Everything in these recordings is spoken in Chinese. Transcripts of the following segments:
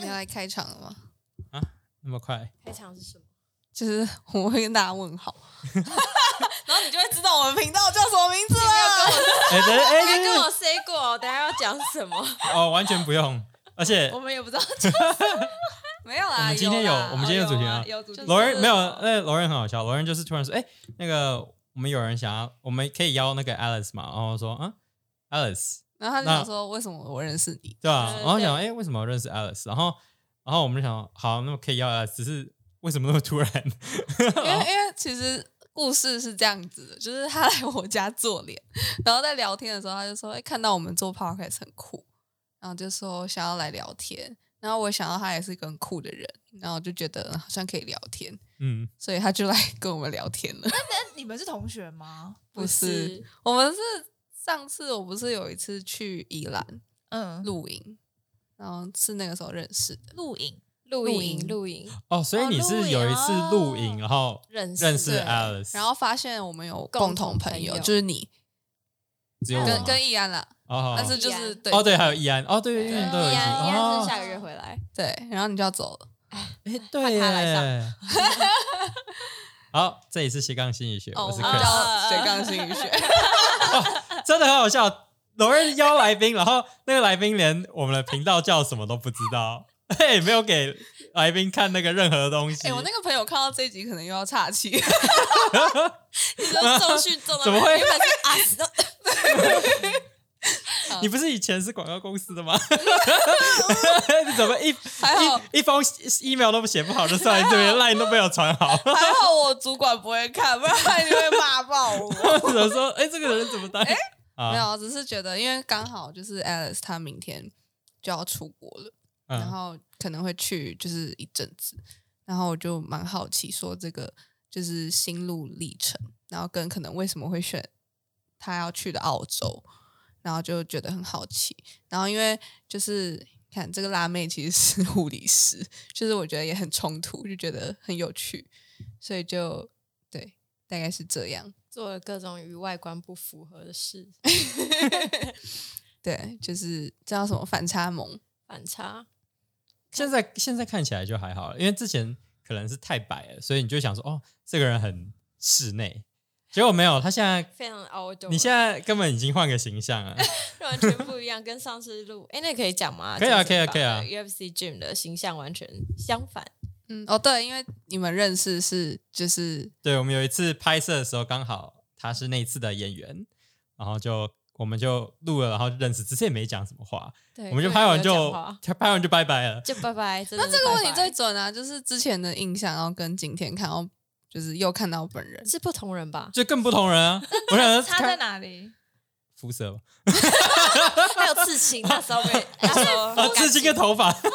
你要来开场了吗？ 那么快？哎开场是什么？就是我会跟大家问好， 然啊后你就会知道我们频道叫什么名字了。哎、等哎、没对跟我 say 过，等一下要讲什么？哦，完全不用。而且 我们也不知道。没有啦，我们今天有啦我们今天有主题啊有主题就是罗人没有，那罗人很好笑。罗人就是突然说：“哎、那个我们有人想要，我们可以邀那个 Alice 嘛？”然后我说：“嗯，Alice，然后他就想说，为什么我认识 你？对吧、对对然后想：“哎、为什么我认识 Alice？” 然后，然后我们就想：“好，那么可以邀 Alice，只是为什么那么突然？ 因为因为其实故事是这样子的，就是他来我家做脸， 然后在聊天的时候，他就说，哎，看到我们做 podcast 很酷，然后就说想要来聊天。然后我想到他也是一个很酷的人，然后我就觉得好像可以聊天，嗯，所以他就来跟我们聊天了。 你们是同学吗？不是，我们是上次我不是有一次去宜兰嗯，露营，然后是那个时候认识的。录影露营营，露营，哦，所以哦你是露有一营次哦露营，然后认识认识啊对 Alice，然后发现我们有共共同同朋朋友友，就是你只有我跟吗跟易安啦，哦好，但是好就易安是对哦对，还有易安，哦对，对因为对你都有依一起安，依安是哦，下个月回来，对，然后你就要走了，哎对他来上耶。 好，这里是斜杠心理学，哦，我我是们 Chris。叫斜杠心 理学，真的很好笑。有人邀来宾，然后那个来宾连我们的频道叫什么都不知道， 嘿，没有给来宾看那个任何东西。哎，我那个朋友看到这一集可能又要岔气， 你说重训重 到怎么会原本是啊死的，你不是以前是广告公司 的吗？你怎么一还好一一封 email 都写不好就算，了，你怎么连 line 都没有传好？ 还好我主管不会看，不然你会骂爆 我。或者说，哎、这个人怎么答应？没啊，有，只是觉得因为刚好就是 Alice 她明天就要出国了。然嗯，后可能会去就是一阵子，然后我就蛮好奇说这个就是心路历程，然后跟可能为什么会选他要去的澳洲，然后就觉得很好奇，然后因为就是看这个辣妹其实是 护理师，就是我觉得也很冲突，就觉得很有趣，所以就对，大概是这样， 做了各种与外观不符合的事，对，就是这叫什么反差萌，反差。现在现在看起来就还好了，因为之前可能是太白了，所以你就想说，哦，这个人很室内，结果没有，他现在非常 outdoor，你现在根本已经换个形象了。在完全不一样，跟上次录，哎，那可以讲吗？可以啊健身房可以啊的 UFC Gym 的形象完全相反，嗯，哦对，因为你们认识是就是对，我们有一次拍摄的时候，刚好他是那一次的演员，然后就我们就录了，然后就认识，只是也没讲什么话，对我们就拍完根本没有就讲话拍完就拜拜了。就拜拜。真的那是这个问题拜拜最准啊，就是之前的印象，然后跟今天看到，就是又看到本人，是不同人吧？就更不同人啊！我想差在看哪里？肤色吧，还有刺青，那时候没， 那时候啊，至今个头发，跟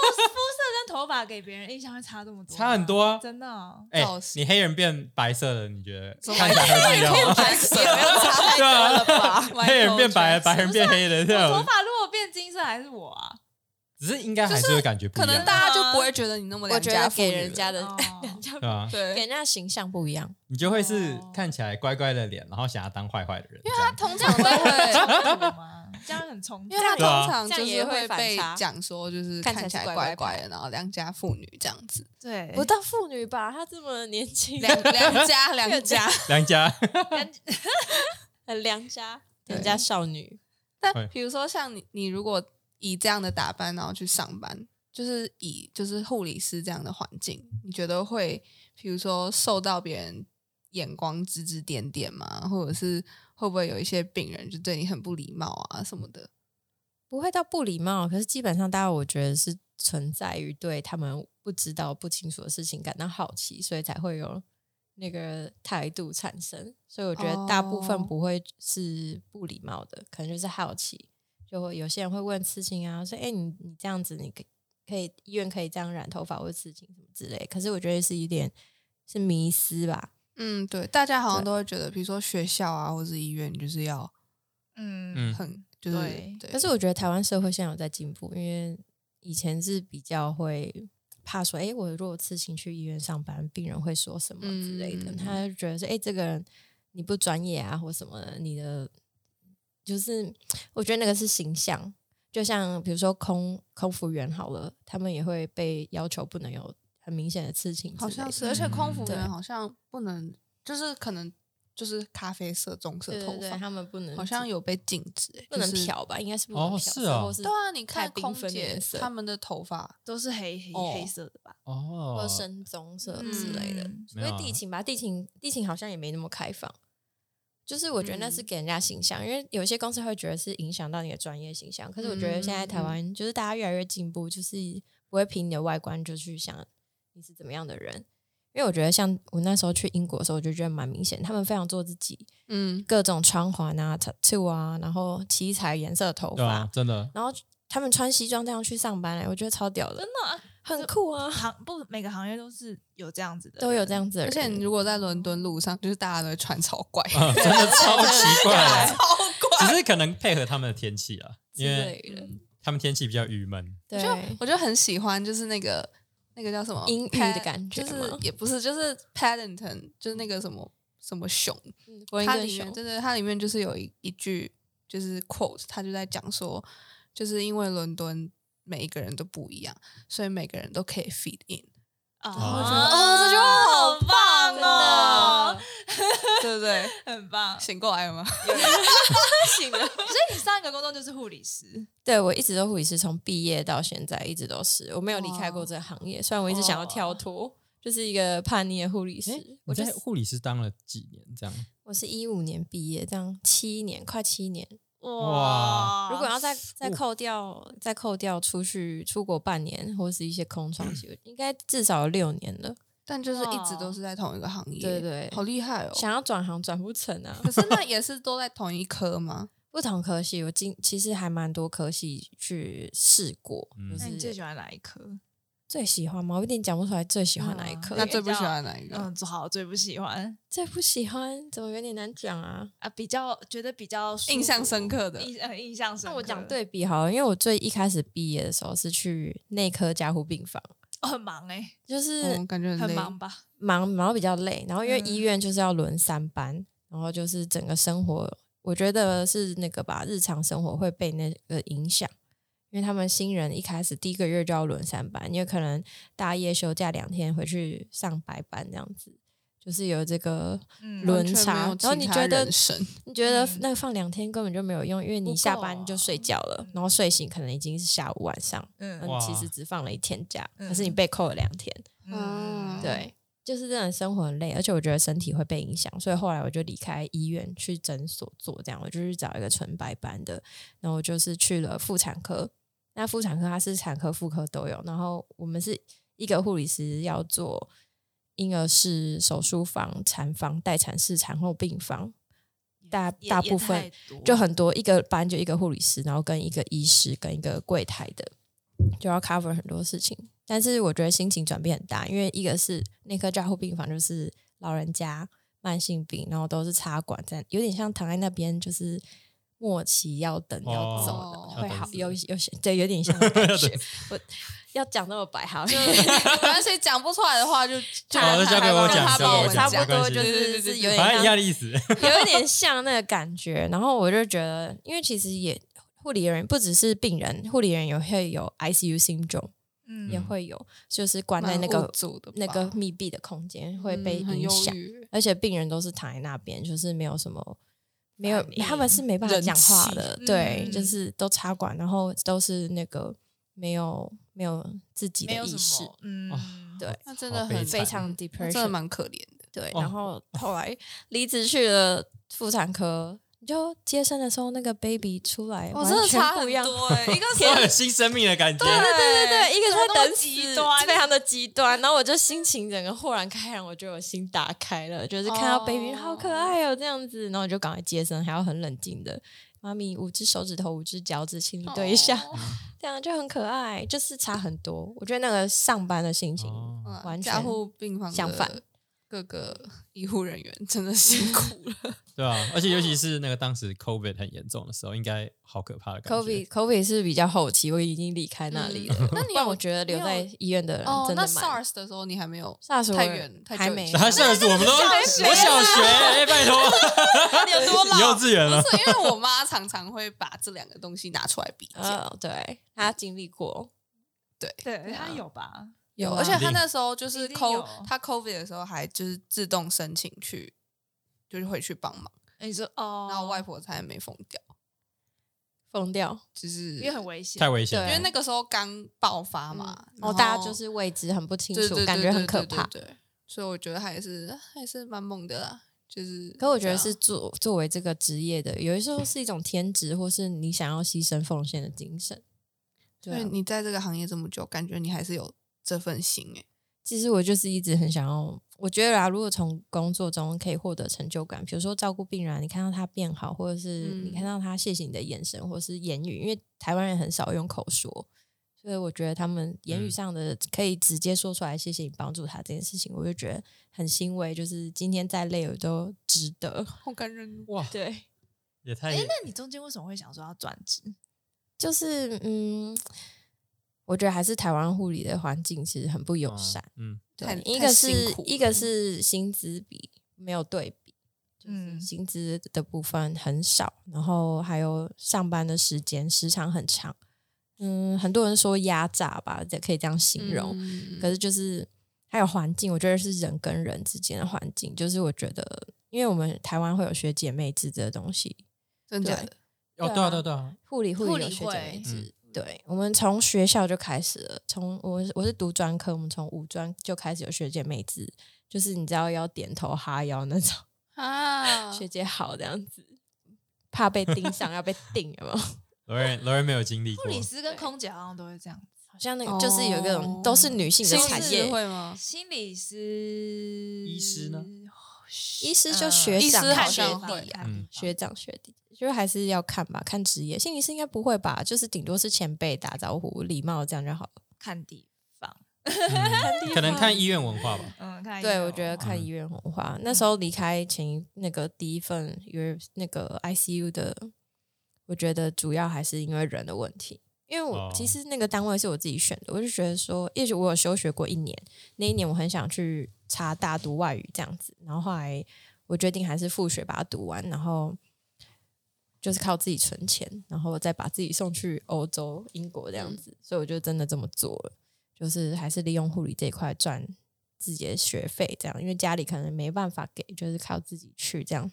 头发给别人印象会差这么多吗，差很多啊真的哦。哎造，型你黑人变白色的，你觉得怎么看起来会不一样吗？白 色也没有差太对多啊了吧？ 黑人变白， Michael Jackson 白人变黑的，这啊我头样发如果变金色还是我啊？只是应该还是会感觉不可一能样，大家就不啊会觉得你那么我良觉家得妇女给了人家的 哦人家对吧？对，给人家的形象不一 样，你就会是哦看起来乖乖的脸，然后想要当坏坏的人，这样通 常都会，有吗？这样很冲突因为他对啊通常这就样是也会会被反差讲说，就是看看起来起来是乖乖乖乖牌的，然后良家妇女这样子，对不到妇女吧？她这么年轻，良 良家 良越家讲， 梁家很良家， 对良家少女。会但比如说像你，你如果以这样的打扮然后去上班，就是以就是护理师这样的环境，你觉得会比如说受到别人眼光指指点点吗？或者是会不会有一些病人就对你很不礼貌啊什么的？不会到不礼貌，可是基本上大家我觉得是存在于对他们不知道、不清楚的事情感到好奇，所以才会有那个态度产生。所以我觉得大部分哦不会是不礼貌的，可能就是好奇。就会有些人会问刺青啊，说：“哎、你你这样子，你可以可以医院可以这样染头发或者刺青什么之类。”可是我觉得是有点是迷失吧，嗯，对，大家好像对都会觉得，比如说学校啊，或是医院，你就是要嗯 嗯，很就是对对，可是我觉得台湾社会现在有在进步，因为以前是比较会怕说，哎、我如果刺青去医院上班，病人会说什么之类的，嗯他就觉得说，哎、这个人你不专业啊，或什么的，你的就是我觉得那个是形象。就像比如说空空服员好了，他们也会被要求不能有很明显的刺青之类好的，像是，而且空服对员好像不能，就是可能就是咖啡色、棕色对头对对，发，他们不能好像自有被禁止、欸，不能就是。漂吧，应该是不能哦漂是色哦或是对啊，你看太缤空纷的姐颜色他们的头发，都是黑黑哦黑色的吧？哦或，深棕色嗯之类的，嗯因没为有啊地勤吧，地勤地勤好像也没那么开放，就是我觉得那是嗯给人家形象，因为有些公司会觉得是影响到你的专业形象，可是我觉得现在台嗯湾就是大家越来越进步，就是不会凭你的外观就去想你是怎么样的人，因为我觉得像我那时候去英国的时候，我就觉得蛮明显，他们非常做自己，嗯，各种穿环啊、tattoo 啊，然后七彩颜色的头对发，啊，真 的，然后他们穿西装这样去上班、欸，我觉得超屌的真，的啊很酷啊，行不每个行业都是有这样子的，都有这。样子的而人，且你如果在伦敦路上，就是大家都会穿超怪，啊，真的超奇怪的，超怪。只是可能配合他们的天气啊，之因为类的，他们天气比较郁闷，我对就。我就很喜欢，就是那个那个叫什么阴郁的 Pat- 感觉就是吗也不是，就是 Paddington，就是那个什么什么熊，嗯伯恩它更里面熊真的，它里面就是有一一句就是 quote，他就在讲说，就是因为伦敦每一个人都不一样，所以每个人都可以 fit in，啊，我觉得哦这句话好棒哦，对不对？很棒。醒过来了吗？ 醒了，所以你上一个工作就是护理师，对我一直都护理师，从毕业到现在一直都是，我没有离开过这个行业。虽然我一直想要跳脱，就是一个叛逆的护理师诶。我你就在是护理师当了几年？这样我是一五年毕业，这样七年，快七年。哇如果要再再哦扣掉，再扣掉出去出国半年，或是一些空窗期，应该至少有六年了。但就是一直哇都是在同一个行业，对对好厉害哦！想要转行转不成啊！可是那也是都在同一科吗？ 不同科系，我今其实还蛮多科系去试过，嗯就那你最是喜欢哪一科？最喜欢吗？我有点讲不出来最喜欢哪一嗯科耶。那最不喜欢哪一个？嗯，好，最不喜欢最不喜欢怎么有点难讲啊？啊，比较觉得比较舒服印象深刻的印呃印象深刻。那我讲对比好了，因为我最一开始毕业的时候是去内科加护病房，哦，很忙哎，就是嗯，感觉很累。忙吧？忙忙到比较累，然后因为嗯医院就是要轮三班，然后就是整个生活，我觉得是那个吧，日常生活会被那个影响。因为他们新人一开始第一个月就要轮三班，因为可能大夜休假两天回去上白班这样子，就是有这个嗯轮完全没差。有然后你其他觉得人生你觉得嗯那放两天根本就没有用，因为不你够下班就睡觉了，啊然后睡醒可能已经是下午晚上，那嗯你哇其实只放了一天假，嗯哦可是你被扣了两天，嗯对，就是这种生活很累，而且我觉得身体会被影响，所以后来我就离开医院去诊所做这样，我就去找一个纯白班的，然后我就是去了妇产科，那妇产科它是产科、妇科都有，然后我们是一个护理师要做婴儿室、手术房、产房、待产室、产后病房。大也大也部分太多就很多一个班就一个护理师，然后跟一个医师跟一个柜台的，就要 cover 很多事情。但是我觉得心情转变很大，因为一个是内科加护病房，就是老人家慢性病，然后都是插管在，有点像躺在那边就是末期要等、哦要走的，要会等好死有有些对，有点像的感觉。我要讲那么白好， 而且讲不出来的话就就好就交给我让讲他帮交给我我们讲讲差不多没关系就是是有点反正像一样的意思。有一点像那个感觉。然后我就觉得，因为其实也护理人员不只是病人，护理人员也会有 ICU syndrome，、嗯也会有就是关在那蛮个无助的吧那个密闭的空间会被嗯很影忧响，郁而且病人都是躺在那边，就是没有什么。没有反，应他们是没办法啊人讲话气的，嗯对，就是都插管，然后都是那个没有没有自己没的有意识什，么，嗯，对，那真的好悲很非惨常那 depression，真的蛮可怜的。对，哦然后后来离职去了妇产科，你就接生的时候那个 baby 出来，我完哦真的全差不很一样。多哎， 一个 我有新生命的感觉，对对对，一个怎在么那么等极死端非常的极端。然后我就心情整个豁然开朗，我觉得我心打开了，就是看到哦 baby、好可爱哦这样子，然后我就赶快接生，还要很冷静的，妈咪五只手指头五只脚趾哦清理对一下，这样就很可爱，就是差很多。我觉得那个上班的心情哦嗯完全加护病房的相反各个医护人员真的辛苦了。对啊，而且尤其是那个当时 COVID 很严重的时候，应该好可怕的感觉。 Kobe Kobe 是比较后期，我已经离开那里了。嗯那你不然有我觉得留你有在医院的人哦， 真的那蛮 SARS 的时候你还没有 SARS 太我远太久还以没 前小孩甚至我们都那我个是小学啊小学哎，拜托， 你有多幼老？稚园了不。是因 为我妈常常会把这两个东西拿出来比较，呃，对他经历过，对他有吧？有，啊而且她那时候就是一定 CO 有她 COVID 的时候还就是自动申请去，就是回去帮忙，你说哦，然后我外婆才没疯掉，疯掉，就是因为很危险，太危险了，因为那个时候刚爆发嘛，嗯然嗯然后后哦大家就是未知很不清对对楚，对感觉对很可对对怕。对，所以我觉得还是还是蛮猛的啦，就是。可我觉得对是啊作作为这个职业的，有的时候是一种天职，或是你想要牺牲奉献的精神。对所啊、以你在这个行业这么久，感觉你还是有这份心哎、其实我就是一直很想要，我觉得啊，如果从工作中可以获得成就感，比如说照顾病人啊，你看到他变好，或者是嗯你看到他谢谢你的眼神，或是言语，因为台湾人很少用口说，所以我觉得他们言语嗯上的可以直接说出来，谢谢你帮助他这件事情，我就觉得很欣慰，就是今天再累我都值得。好感人哇，对，也太哎，那你中间为什么会想说要转职？ 就是嗯，我觉得还是台湾护理的环境其实很不友善。嗯，太对，一太个辛是苦一了个是薪资比没有对比，就是嗯薪资的部分很少，然后还有上班的时间时长很长。嗯，很多人说压榨吧，这可以这样形容。嗯可是就是还有环境，我觉得是人跟人之间的环境，就是我觉得，因为我们台湾会有学姐妹制的东西，真假对的，哦，对啊，对啊，对啊，护理护护理嗯有理学会姐妹制，对我们从学校就开始了，从我是我是读专科，我们从五专就开始有学姐妹制，就是你知道要点头哈腰那种，啊 学姐好这样子，怕被盯上要被定 有没有？罗人罗人没有经历过护，理师跟对空姐好像都会这样。好像那哦个就是有一个种都是女性的心产智业，会吗？心理师、医师呢？医师呃就学医长师好好像像会啊嗯学长学弟，就是还是要看吧，看职业。心理师应该不会吧，就是顶多是前辈打招呼，礼貌这样就好了。看地方，嗯可能看医院文化 吧。嗯，看对，我觉得嗯看医院哦嗯文化。那时候离开前一那个第一份有那个 ICU 的，我觉得主要还是因为人的问题。因为我、哦其实那个单位是我自己选的，我就觉得说，也许我有休学过一年，那一年我很想去查大读外语这样子，然后后来我决定还是复学把它读完，然后就是靠自己存钱，然后再把自己送去欧洲、英国这样子，所以我就真的这么做了，就是还是利用护理这一块赚自己的学费，这样，因为家里可能没办法给，就是靠自己去这样，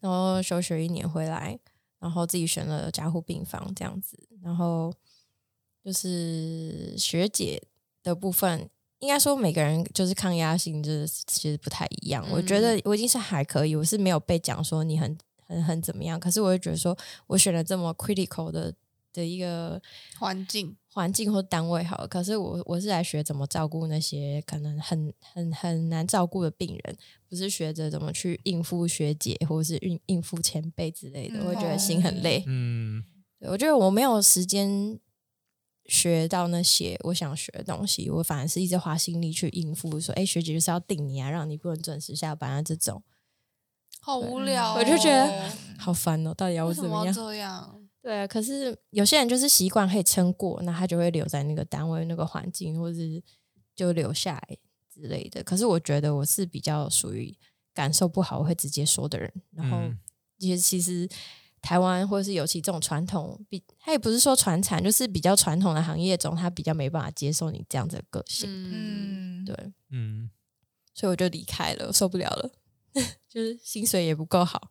然后休学一年回来，然后自己选了加护病房这样子，然后就是学姐的部分，应该说每个人就是抗压性就是其实不太一样。我觉得我已经是还可以，我是没有被讲说你很很很怎么样，可是我会觉得说我选了这么 critical 的的一个环境环境或单位好了，可是我我是来学怎么照顾那些可能很很很难照顾的病人，不是学着怎么去应付学姐或是应应付前辈之类的，嗯我会觉得心很累。嗯，对我觉得我没有时间学到那些我想学的东西，我反而是一直花心力去应付说，哎，学姐就是要定你啊，让你不能准时下班啊，这种好无聊哦、我就觉得好烦哦，到底要我为怎什么么样要？这样？对啊，可是有些人就是习惯可以撑过，那他就会留在那个单位、那个环境，或者是就留下来之类的。可是我觉得我是比较属于感受不好我会直接说的人，然后嗯其实其实台湾或者是尤其这种传统，比他也不是说传产，就是比较传统的行业中，他比较没办法接受你这样子的个性，嗯，嗯，对，嗯，所以我就离开了，受不了了， 就是薪水也不够好，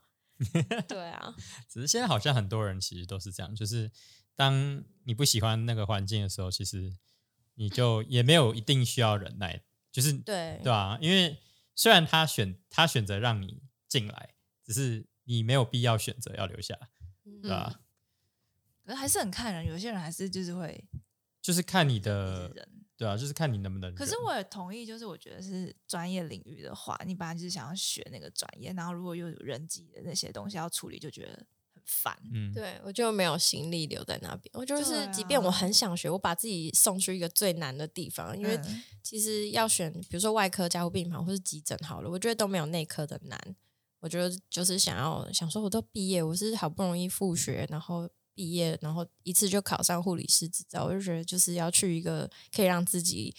对啊，只是现在好像很多人其实都是这样，就是当你不喜欢那个环境的时候，其实你就也没有一定需要忍耐，就是对对啊，因为虽然他选他选择让你进来，只是你没有必要选择要留下，嗯对嗯吧、嗯可是还是很看人，有些人还是就是会就是看你呃的，人。对啊，就是看你能不能忍。可是我也同意，就是我觉得是专业领域的话，你本来就是想要学那个专业，然后如果又有人际的那些东西要处理，就觉得很烦。嗯，对我就没有心力留在那边。我就对是啊，即便我很想学，我把自己送去一个最难的地方，因为嗯其实要选，比如说外科、加护病房或是急诊好了，我觉得都没有内科的难。我觉得就是想要想说，我都毕业，我是好不容易复学，然后毕业，然后一次就考上护理师执照，我就觉得就是要去一个可以让自己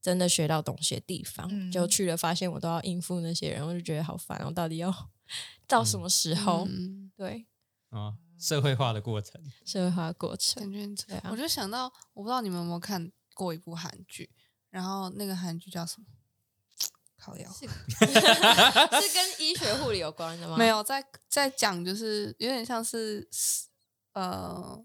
真的学到东西的地方。嗯就去了，发现我都要应付那些人，我就觉得好烦哦，我到底要 到什么时候？嗯对，哦，社会化的过程，社会化的过感程。觉很对啊我就想到，我不知道你们有没有看过一部韩剧，然后那个韩剧叫什么？靠腰。 是跟医学护理有关的吗？没，有在在讲，就是有点像是呃，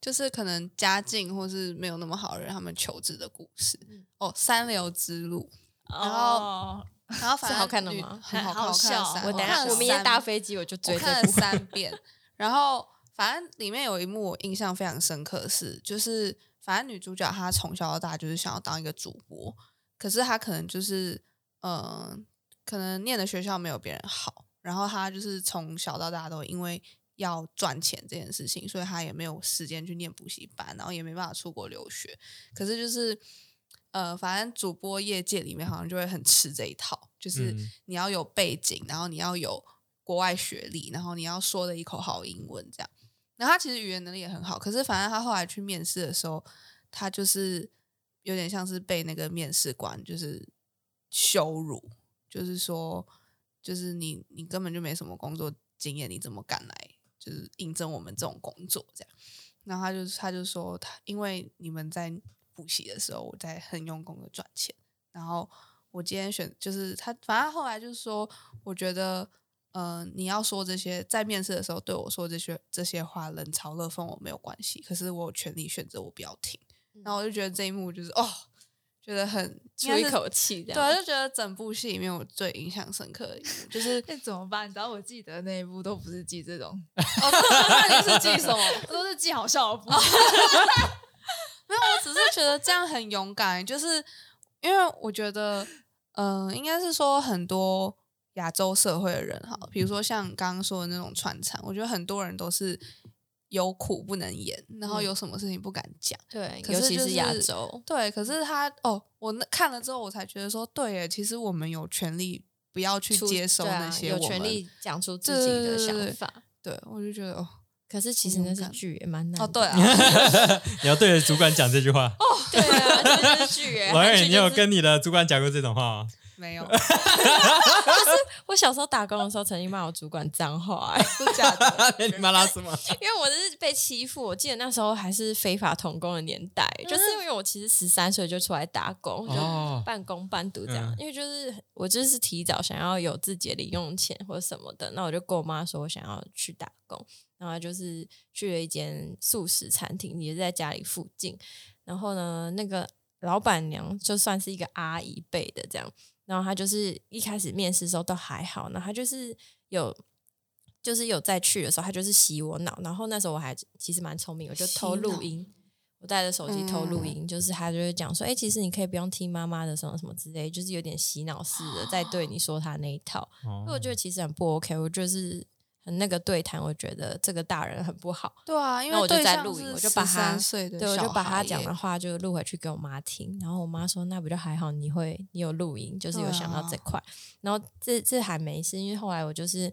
就是可能家境或是没有那么好的人，他们求职的故事。嗯哦，三流之路，然后哦 然后反是正好看的女吗很好看，好我看了笑，三我等一下看了我明天三搭飞机我就追我这看了部。三遍，然后反正里面有一幕我印象非常深刻的是，就是反正女主角她从小到大就是想要当一个主播，可是她可能就是嗯、呃可能念的学校没有别人好，然后她就是从小到大都因为要赚钱这件事情，所以她也没有时间去念补习班，然后也没办法出国留学。可是就是呃，反正主播业界里面好像就会很吃这一套，就是嗯你要有背景，然后你要有国外学历，然后你要说的一口好英文这样。然后他其实语言能力也很好，可是反正他后来去面试的时候，他就是有点像是被那个面试官就是羞辱，就是说，就是你你根本就没什么工作经验，你怎么敢来就是应征我们这种工作这样？然后他就他就说他因为你们在补习的时候，我在很用功的赚钱，然后我今天选就是他，反正他后来就是说，我觉得。呃，你要说这些，在面试的时候对我说这些这些话，冷嘲热讽我没有关系，可是我有权利选择我不要听。然后我就觉得这一幕就是哦，觉得很出一口气这对，啊样。就觉得整部戏里面我最印象深刻的一幕就是那怎么办？你知道我记得那一部都不是记这 种，哦，那你是记什么？都是记好笑的部分。 没有，我只是觉得这样很勇敢，就是因为我觉得，嗯、应该是说很多亚洲社会的人哈，比如说像刚刚说的那种串场，我觉得很多人都是有苦不能言，然后有什么事情不敢讲。对可嗯尤是其就是是亚洲，对，可是他哦，我那看了之后，我才觉得说，对耶，其实我们有权利不要去出接收对啊那些有我们权利讲出自己的对对对想对法。对，我就觉得哦，可是其实那是剧，也蛮难的。哦，对 啊，你要对着主管讲这句话。 对啊，这就是剧耶。老韩二，剧你就有是跟你的主管讲过这种话 吗？没有，我小时候打工的时候，曾经骂我主管脏话耶，是假的。你妈拉什么？ 因为我是被欺负。我记得那时候还是非法童工的年代，就是因为我其实十三岁就出来打工，就哦，半工半读这样，嗯因为就是我就是提早想要有自己的零用钱或者什么的，那我就跟我妈说我想要去打工，然后就是去了一间素食餐厅，也是在家里附近。然后呢，那个老板娘就算是一个阿姨辈的这样，然后她就是一开始面试的时候都还好，然后她就是有。就是有再去的时候，她就是洗我脑，然后那时候我还其实蛮聪明，我就偷洗录脑音，我带着手机偷录嗯音，就是他就会讲说，哎、其实你可以不用听妈妈的什么什么之类，就是有点洗脑式的在对你说他那一套。哦所以我觉得其实很不 OK，我就是很那个对谈，我觉得这个大人很不好。对啊，因那为我就对在象录影是我就把它13岁的对，我就小把他孩讲耶的话就录回去给我妈听，然后我妈说那不就还好，你会你有录音，就是有想到这对啊块，然后这这还没事，因为后来我就是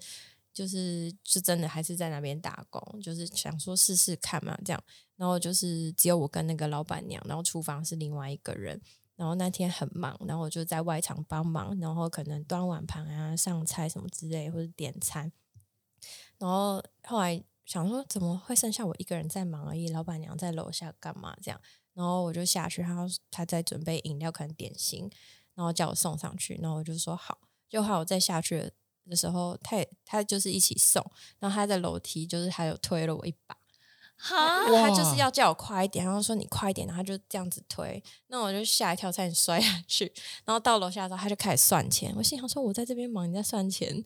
就是就真的还是在那边打工，就是想说试试看嘛这样，然后就是只有我跟那个老板娘，然后厨房是另外一个人。然后那天很忙，然后我就在外场帮忙，然后可能端碗盘啊、上菜什么之类，或者点餐。然后后来想说，怎么会剩下我一个人在忙而已？老板娘在楼下干嘛这样？然后我就下去，她她在准备饮料，可能点心，然后叫我送上去，然后我就说好。就好，我再下去的时候，她也她就是一起送，然后她在楼梯就是还有推了我一把，哈，她就是要叫我快一点，然后说你快一点，然后她就这样子推，那我就吓一跳，差点摔下去。然后到楼下的时候，她就开始算钱，我心想说我在这边忙，你在算钱。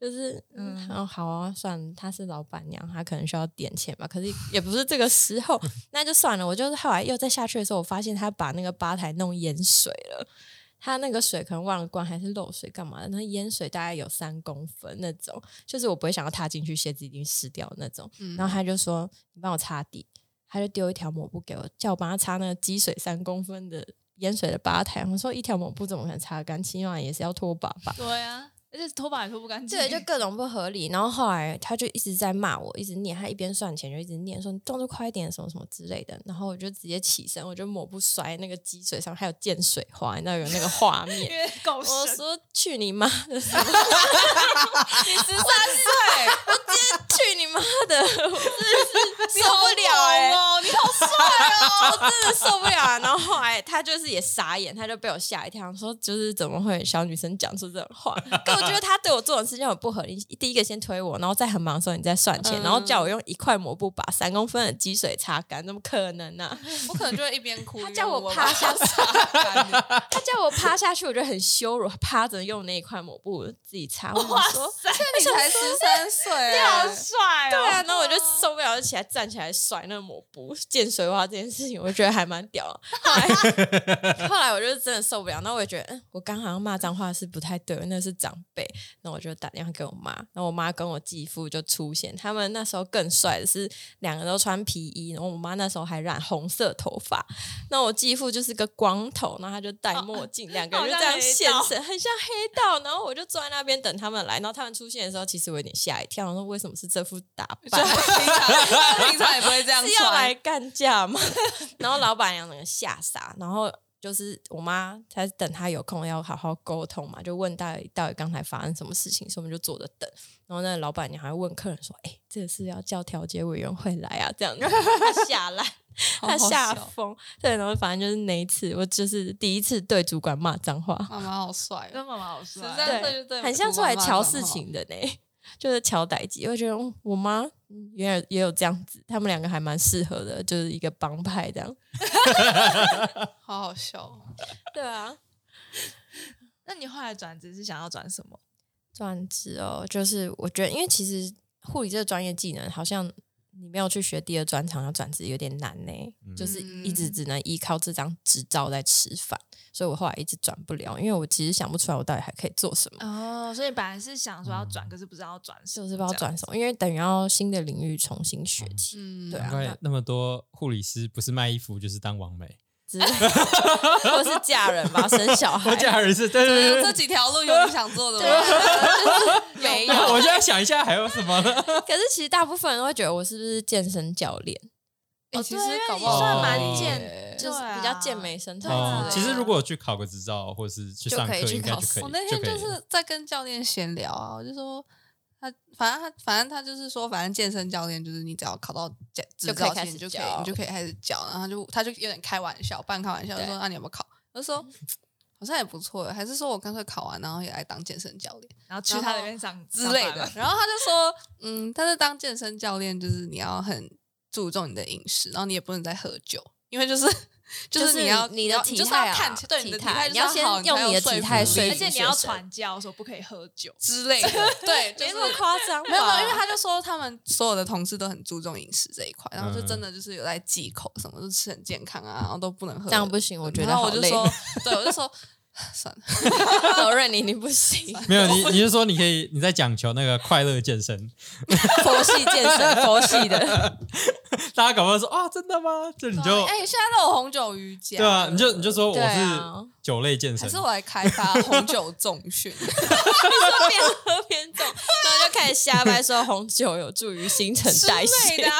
就是，嗯，嗯哦好啊，算了，她是老板娘，她可能需要点钱吧，可是也不是这个时候，那就算了。我就是后来又再下去的时候，我发现她把那个吧台弄淹水了，他那个水可能忘了关还是漏水干嘛的，那淹水大概有三公分那种，就是我不会想要踏进去，鞋子已经湿掉的那种。嗯 然后他就说：“你帮我擦地。”他就丢一条抹布给我，叫我帮他擦那个积水三公分的淹水的吧台。我说：“一条抹布怎么可能擦得干净啊？也是要拖把吧？”对啊，而且拖把也拖不干净，对，就各种不合理。然后后来他就一直在骂我，一直念，他一边算钱就一直念说你动作快一点，什么什么之类的。然后我就直接起身，我就抹布摔那个积水上，还有溅水花，你知道有那个画面。为狗我屎，说去你妈的！什 么你十三岁，去你妈的！我真的是你受好不了欸哎、欸猛哦，你好我真的受不了、啊。然后后来他就是也傻眼，他就被我吓一跳，说就是怎么会有小女生讲出这种话？可我觉得他对我做的事情很不合理。第一个先推我，然后在很忙的时候你再算钱，嗯然后叫我用一块抹布把三公分的积水擦干，怎么可能啊呢、我可能就会一边 哭，他叫我一边趴问下， 我妈他叫我趴下去，我觉得很羞辱，趴着用那一块抹布自己擦。我想说，帅，你才十三 岁，欸你好帅哦，对啊，然后我就受不了，就起来站起来甩那个抹布溅水花这件事情，我觉得还蛮屌的。后来，后来我 就真的受不了，那我也觉得，嗯， 我刚好像骂脏话是不太对，那是长辈。那我就打电话给我妈，然后我妈跟我继父就出现，他们那时候更帅的是两个都穿皮衣，然后我妈那时候还染红色头发，那我继父就是个光头，然后他就戴墨镜，两个人就这样现好像身，很像黑道。然后我就坐在那边等他们来，然后他们出现的时候，其实我有点吓一跳，我说为什么是这副打就扮？平常平常也不会这 样是要来穿，干架吗？ 然后老板娘整个吓傻，然后就是我妈，她等她有空要好好沟通嘛，就问到底到底刚才发生什么事情，所以我们就坐着等。然后那个老板娘还问客人说：“哎、这个是要叫调解委员会来啊？”这样 子，她吓烂，好她好吓笑疯。对，然后反正就是那一次，我就是第一次对主管骂脏话，妈妈好帅哦，真的蛮好帅，十啊三岁就对，很像出来瞧事。情的呢， 就是瞧歹机。我觉得嗯我妈嗯原来也有这样子，他们两个还蛮适合的，就是一个帮派这样。好好笑哦，对啊，那你后来转职是想要转什么？ 转职哦，就是我觉得，因为其实护理这个专业技能，好像你没有去学第二专长，要转职有点难呢、嗯就是一直只能依靠这张执照在吃饭，所以我后来一直转不了，因为我其实想不出来我到底还可以做什么。哦，所以本来是想说要转，嗯可是不知道要转什就么，是不知道转什么，因为等于要新的领域重新学起嗯，对啊难怪那么多护理师不是卖衣服就是当王 美，之类的，或是嫁人吧，生小 孩我，家人是对这对啊这对几条路有你想做的吗？啊 没有对，。我现在想一下还有什么呢？哦可是其实大部分人都会觉得我是不是健身教练，欸哦其实对因为搞你不好算蛮健对就是哦对啊比较健美身材之类的。哦对，其实如果我去考个执照或是去上课，啊就可以去应该考就可以。我那天可就以是在跟教练闲聊啊，我就说他，反正他，反正他就是说，反正健身教练就是你只要考到驾执就可以照开前，始你就可教以你就可以开始教。然后他就他就有点开玩笑，半开玩笑就说：“对嗯那、你有没有考？”我就说。好像也不错，还是说我干脆考完，然后也来当健身教练然后去他那边上之类上班的吧。然后他就说，嗯，但是当健身教练就是你要很注重你的饮食，然后你也不能再喝酒，因为就是 就是你要你的要体就是态要啊看起对你的体体态态，你要先用你的体态说而服且你学要生传教说不可以喝酒，之类的， 对，就没是那么夸张吧，没有没有，因为他就说他们所有的同事都很注重饮食这一块，然后就嗯真的就是有在忌口，什么都吃很健康啊，然后都不能喝。这样不行，我觉得然后好我就累。说，对，我就说算了，我认你，你不 行，没有你，你是说你可以你在讲求那个快乐健身， 佛系健身，佛系 的，大家搞不好说啊，真的吗？这你 啊就哎，现在都有红酒瑜伽，对啊，你就你就说我对啊是酒类健还身是，我来开发红酒重 训， 边喝边走，然后就开始瞎掰说红酒有助于新陈代之类谢的啊。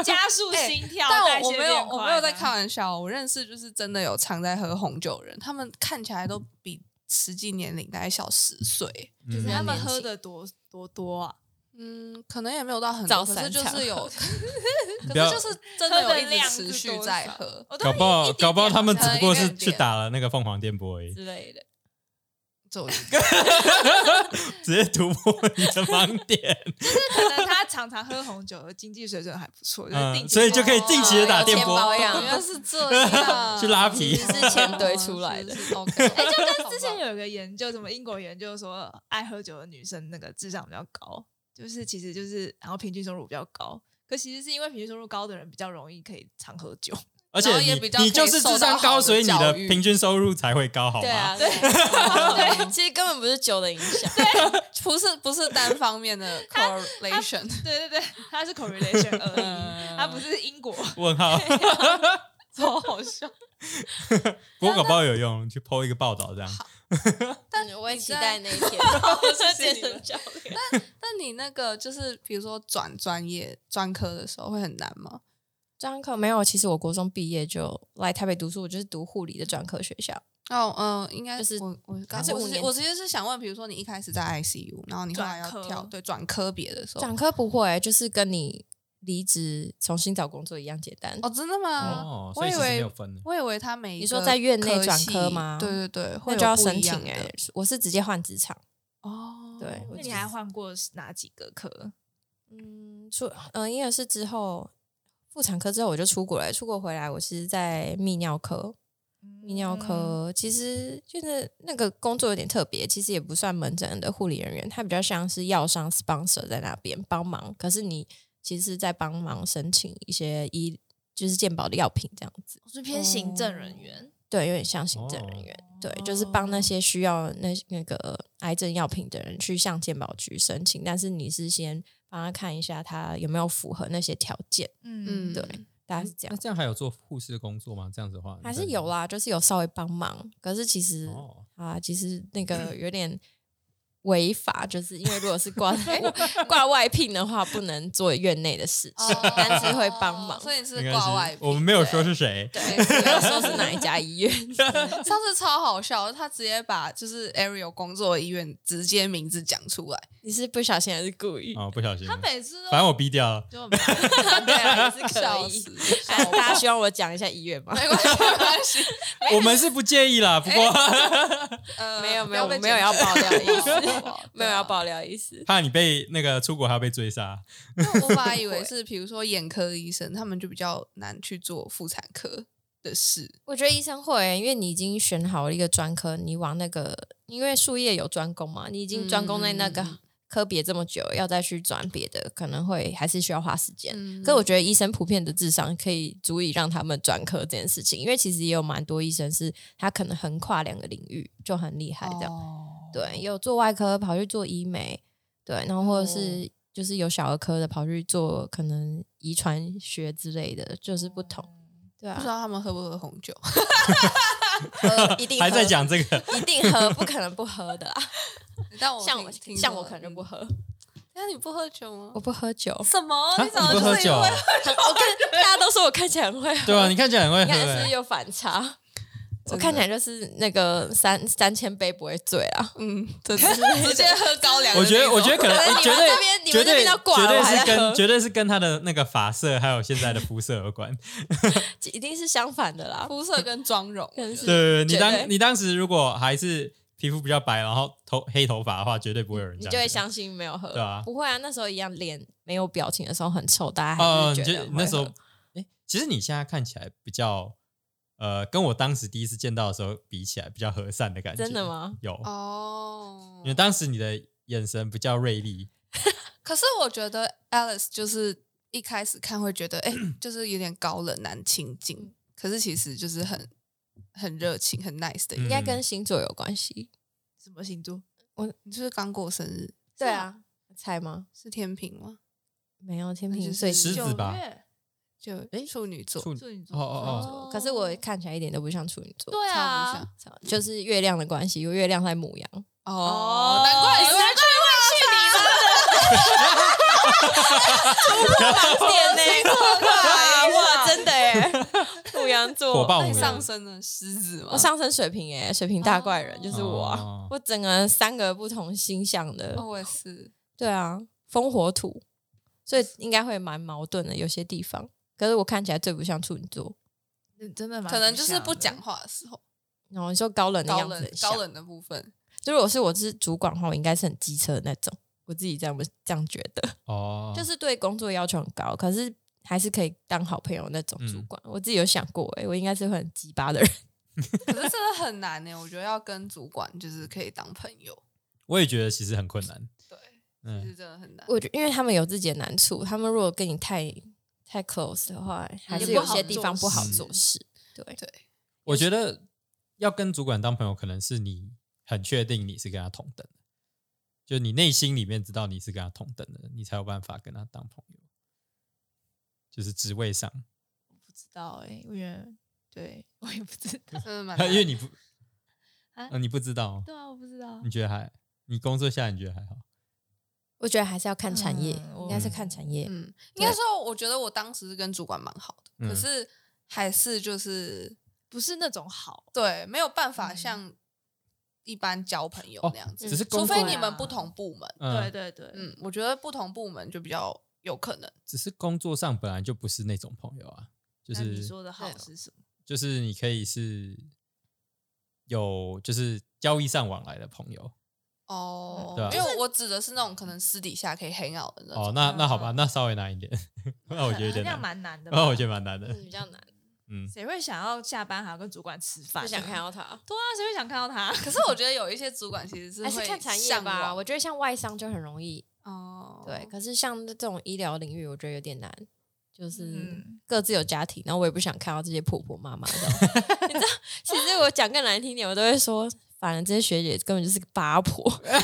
加速哎心跳，代但我谢我没有变我快啊没有在这样开玩笑，我认识就是真的有常在喝红酒的人，他们看起来都比实际年龄大概小十岁。就是嗯他们喝的多多多啊，嗯，可能也没有到很早多，可是三就餐是 有，你可不要是就是真喝的的有一量直持是续多在少喝。我都搞不好一搞不好他们只不过一是点点去打了那个凤凰电波而已，之类的。 就哎直接突破你的盲点，可能他常常喝红酒，经济水准还不错，就是定嗯，期所以就可以哦定期的打有钱电波包养原来啊是 这样，啊去拉皮，其实是 钱堆出来的是。是 OK，哎， 就跟之前有一个研究，什么英国研究说，爱喝酒的女生那个智商比较高，就是其实就是然后平均收入比较高，可其实是因为平均收入高的人比较容易可以常喝酒，而且然后也你比较你可以就是受到智商好高，的所以你教的育平均收入才会高，好吗？对啊，对对，其实根本不是酒的影响，不是不是单方面的 correlation，对对 对，它是 correlation 而已，它不是是因果，问号，超好 笑。 不过搞不好有用，你去 PO 一个报道这样。但我也期待那一 天，我我是是 健健身身教练。但你那个就是比如说转专业专科的时候会很难吗？专科没有，其实我国中毕业就来台北读书，我就是读护理的专科学校。哦，嗯，应该就是我我刚还是我五是年我其实是想问，比如说你一开始在 ICU，然后你后来要转科跳对转科别的时候，专科不会、就是跟你离职重新找工作一样简单。哦，真的吗？哦，我所以以其实没为有分的。我以为他每一你说个在院内科转系科吗对对对，会那有就要不一申请样的哎、我是直接换职场。哦，对我那记你得还换过哪几个科？嗯，出嗯，因为是之后妇产科之后我就出国了，出国回来我是在泌尿科，泌尿科其实就是那个工作有点特别，其实也不算门诊的护理人员，他比较像是药商 sponsor 在那边帮忙，可是你其实是在帮忙申请一些医就是健保的药品这样子，我是偏行政人员，对，有点像行政人员，对，就是帮那些需要那那个癌症药品的人去向健保局申请，但是你是先帮他看一下他有没有符合那些条件，嗯，嗯，对大概是这样那。这样还有做护士的工作吗？这样子的话还是有。啦，就是有稍微帮忙，可是其实、嗯哦啊，其实那个有点违法，就是因为如果是挂在挂外聘的话，不能做院内的事情，哦但是会帮忙。所以你没是关挂外系，聘，我们没有对说是谁。对，没有说是哪一家医院， 上次超好笑，他直接把就是 Ariel 工作的医院直接名字讲出来，你是不小心还是故意？ 哦，不小心了。他每次都反正我逼掉了。就 很 对啊，也是 可笑以 死。，哎笑大家希望我讲一下医院吗？没关系，没关 系，我们是不介意啦，不过哎呃， 没有不没有，我被没有检啊要举爆料的意 不要不要思， 没有要爆料的意 思。怕你被那个出国还要被追杀。因为我本来以为是，比如说眼科医生，他们就比较难去做妇产科的事。我觉得医生会、因为你已经选好了一个专科，你往那个，因为术业有专攻嘛，你已经专攻在那嗯个科别这么久，要再去转别的，可能会还是需要花时间。嗯可我觉得医生普遍的智商可以足以让他们转科这件事情，因为其实也有蛮多医生是他可能横跨两个领域就很厉害这样。哦对，也有做外科跑去做医美，对，然后或者是、就是有小儿科的跑去做可能遗传学之类的，就是不同。对不啊 知，道他们喝不喝红酒？呃一定还在喝讲这 个，一定喝，不可能不喝的啦。 但我像我听嗯像我可能就不。听说喝，那你不喝酒吗嗯我？不喝酒。什么？啊你怎么你不喝就是因酒啊为？我看 大家都说我看起来很会喝，对啊，你看起来很会你喝看是不欸是。有反差？真的我看起来就是那个三三千杯不会醉啊。嗯， 这只是直接喝高粱的那种。我觉得，我觉得可能你们绝对这边你绝们这对边要挂绝了对我还是在跟喝绝对是跟他的那个发色还有现在的肤色有关。一定是相反的啦。肤色跟妆容，可能是对对对，你绝对当你当时如果还是皮肤比较白，然后头黑头发的话，绝对不会有人你这样觉就得。会相信没有喝，对啊不会啊，那时候一样，脸没有表情的时候很臭，大家哦，还你是就觉得会喝、那时候，哎，其实你现在看起来比较，呃，跟我当时第一次见到的时候比起来，比较和善的感觉。真的？吗？有，哦因为当时你的眼神比较锐利，可是我觉得 Alice 就是一开始看会觉得，哎、就是有点高冷难亲近，可是其实就是很很热情、很 nice 嗯的一应个。该跟星座有关系。什么星座？你是不是刚过生日？对啊，猜吗？是天平吗？没有天那就平是最狮近子吧九月就诶处女座，处处女哦座哦哦，哦可是我看起来一点都不像处女座，对超不啊像，操就是月亮的关系，有月亮在母 羊，哦，难怪你是难怪 点呢、哎哇，真的耶， 母羊座火爆那母你上羊。升的狮子吗？我上升水瓶哎，水瓶大怪人就是我啊、哦我整个人三个不同星象的，哦，我也是，对啊，风火土，所以应该会蛮矛盾的，有些地方。可是我看起来最不像处女座，嗯真的蛮可能就是像不的讲话的时候，然后你说高冷的高样子冷很像高，冷的部分。就如果是我是主管的话，我应该是很机车的那种，我自己这样这样觉得。哦，就是对工作要求很高，可是还是可以当好朋友那种主管。我自己有想过、欸，我应该是会很鸡巴的人。 可是真的很难呢、我觉得要跟主管就是可以当朋友，我也觉得其实很困难。对，就嗯，是真的很难。我觉得因为他们有自己的难处，他们如果跟你太太 close 的话，还也是不有好些地做方不好事做事。对，我觉得要跟主管当朋友，可能是你很确定你是跟他同等的，就你内心里面知道你是跟他同等的，你才有办法跟他当朋友。就是职位上，不知道哎、因为对我也不知道 真的蛮难因为你不，啊呃，你不知道哦，对啊，我不知道你。觉得还，你工作下你觉得还好？我觉得还是要看产业，嗯应该是看产业。嗯，应该说，我觉得我当时跟主管蛮好的，嗯可是还是就是不是那种好，对没有办法嗯像一般交朋友哦那样子，只是除工作非你们不同部门。对嗯，对对，嗯，我觉得不同部门就比较有可能。只是工作上本来就不是那种朋友啊，就那是你说的好对是什么？就是你可以是有就是交易上往来的朋友哦对啊，因为我指的是那种可能私底下可以 hang out 的那哦种。，那那好吧，那稍微难一点，那我觉得有这点难，样蛮难的吧。那哦我觉得蛮难的，嗯比较难，嗯，谁会想要下班还要跟主管吃饭？不想看到他，对啊，谁会想看到 他？可是我觉得有一些主管其实是还是会看产业向吧。往我觉得像外商就很容易，哦，对。可是像这种医疗领域，我觉得有点难，就是嗯，各自有家庭，然后我也不想看到这些婆婆妈妈的。 你知道，其实我讲更难听点，我都会说，反正这些学姐根本就是个八婆。 嗯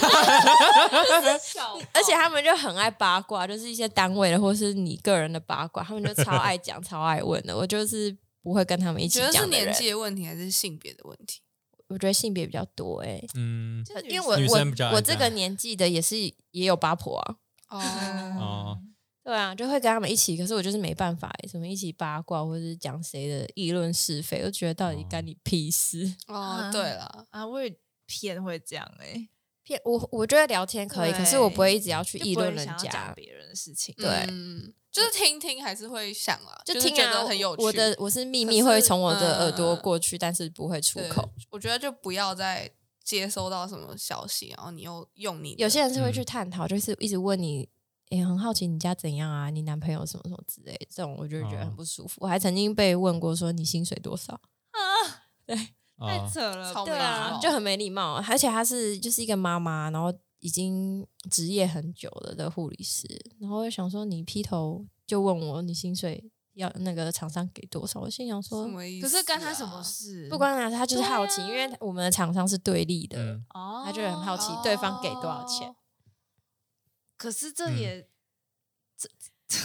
而且他们就很爱八卦，就是一些单位的或是你个人的八卦，他们就超爱讲、 超爱问的。我就是不会跟他们一你起觉得是讲的年人。纪的问题还是性别的问题？我觉得性别比较多哎、嗯， 就因为女我生比较爱我我这这个样年纪的也是也有八婆啊， 哦， 哦，对啊，就会跟他们一起。可是我就是没办法、欸，什么一起八卦或者是讲谁的议论是非，我就觉得到哦底干你屁事？哦，对了，啊，我也偏会这样哎，骗我，我觉得聊天可以，对可是我不会一直要去就议不会论人想要讲家。别人的事情。对嗯，就是听听还是会想啊，就是听觉啊，得很有趣。我的我是秘密可是会从我的耳朵嗯过去，但是不会出对口。，我觉得就不要再接收到什么消息，然后你又用你的有些人是会嗯去探讨，就是一直问你，也、很好奇你家怎样啊，你男朋友什么什么之类，这种我就觉得哦很不舒服。我还曾经被问过说你薪水多少，啊太哦，扯了吧，超对啊就很没礼貌。而且她是就是一个妈妈，然后已经职业很久了的护理师，然后我就想说你劈头就问我你薪水要那个厂商给多少，我心想什说么意思、啊可是干他什么？事？不关他，他就是对啊好奇，因为我们的厂商是对立的，嗯，哦，他就很好奇对方给多少钱哦。可是这嗯也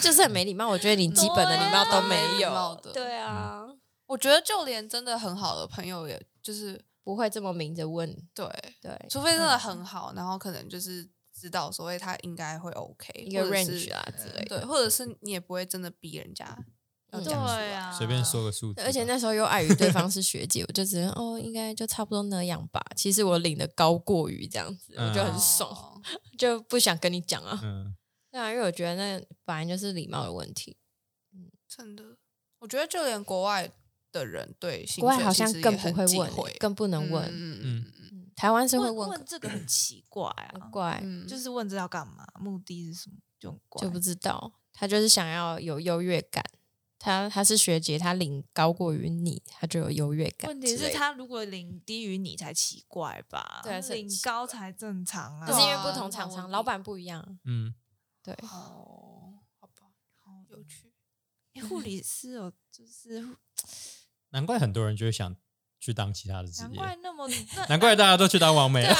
就是很没礼貌。我觉得你基本的礼貌都没对啊没礼貌有的，对啊。嗯我觉得就连真的很好的朋友，也就是不会这么明着问，对，对，除非真嗯的很好，然后可能就是知道所谓他应该会 OK，一个或者是 range 啊之类的。对，或者是你也不会真的逼人家要嗯讲出来对啊随便说个数字吧，而且那时候又碍于对方是学姐，我就只能哦，应该就差不多那样吧。其实我领的高过于这样子，嗯我就很爽，哦就不想跟你讲啊。嗯，对啊，因为我觉得那本来就是礼貌的问题。真的，我觉得就连国外的人对薪水国外好像其实也更不很会忌问讳欸，更不能问。嗯嗯嗯嗯台湾是会问问，问这个很奇怪啊很，怪，嗯，就是是问这要干嘛，目的是什么，就很怪。就不知道他就是想要有优越感。他他是学姐，他领高过于你，他就有优越感问之题类的。是，他如果领低于你才奇怪吧？对啊是很领奇高才正常啊。可是因为对啊不同厂商，老板不一样，嗯，对。哦，好吧，好有趣。诶护理师有就是，难怪很多人就会想去当其他的职难怪业，那 么那难怪大家都去当王美，啊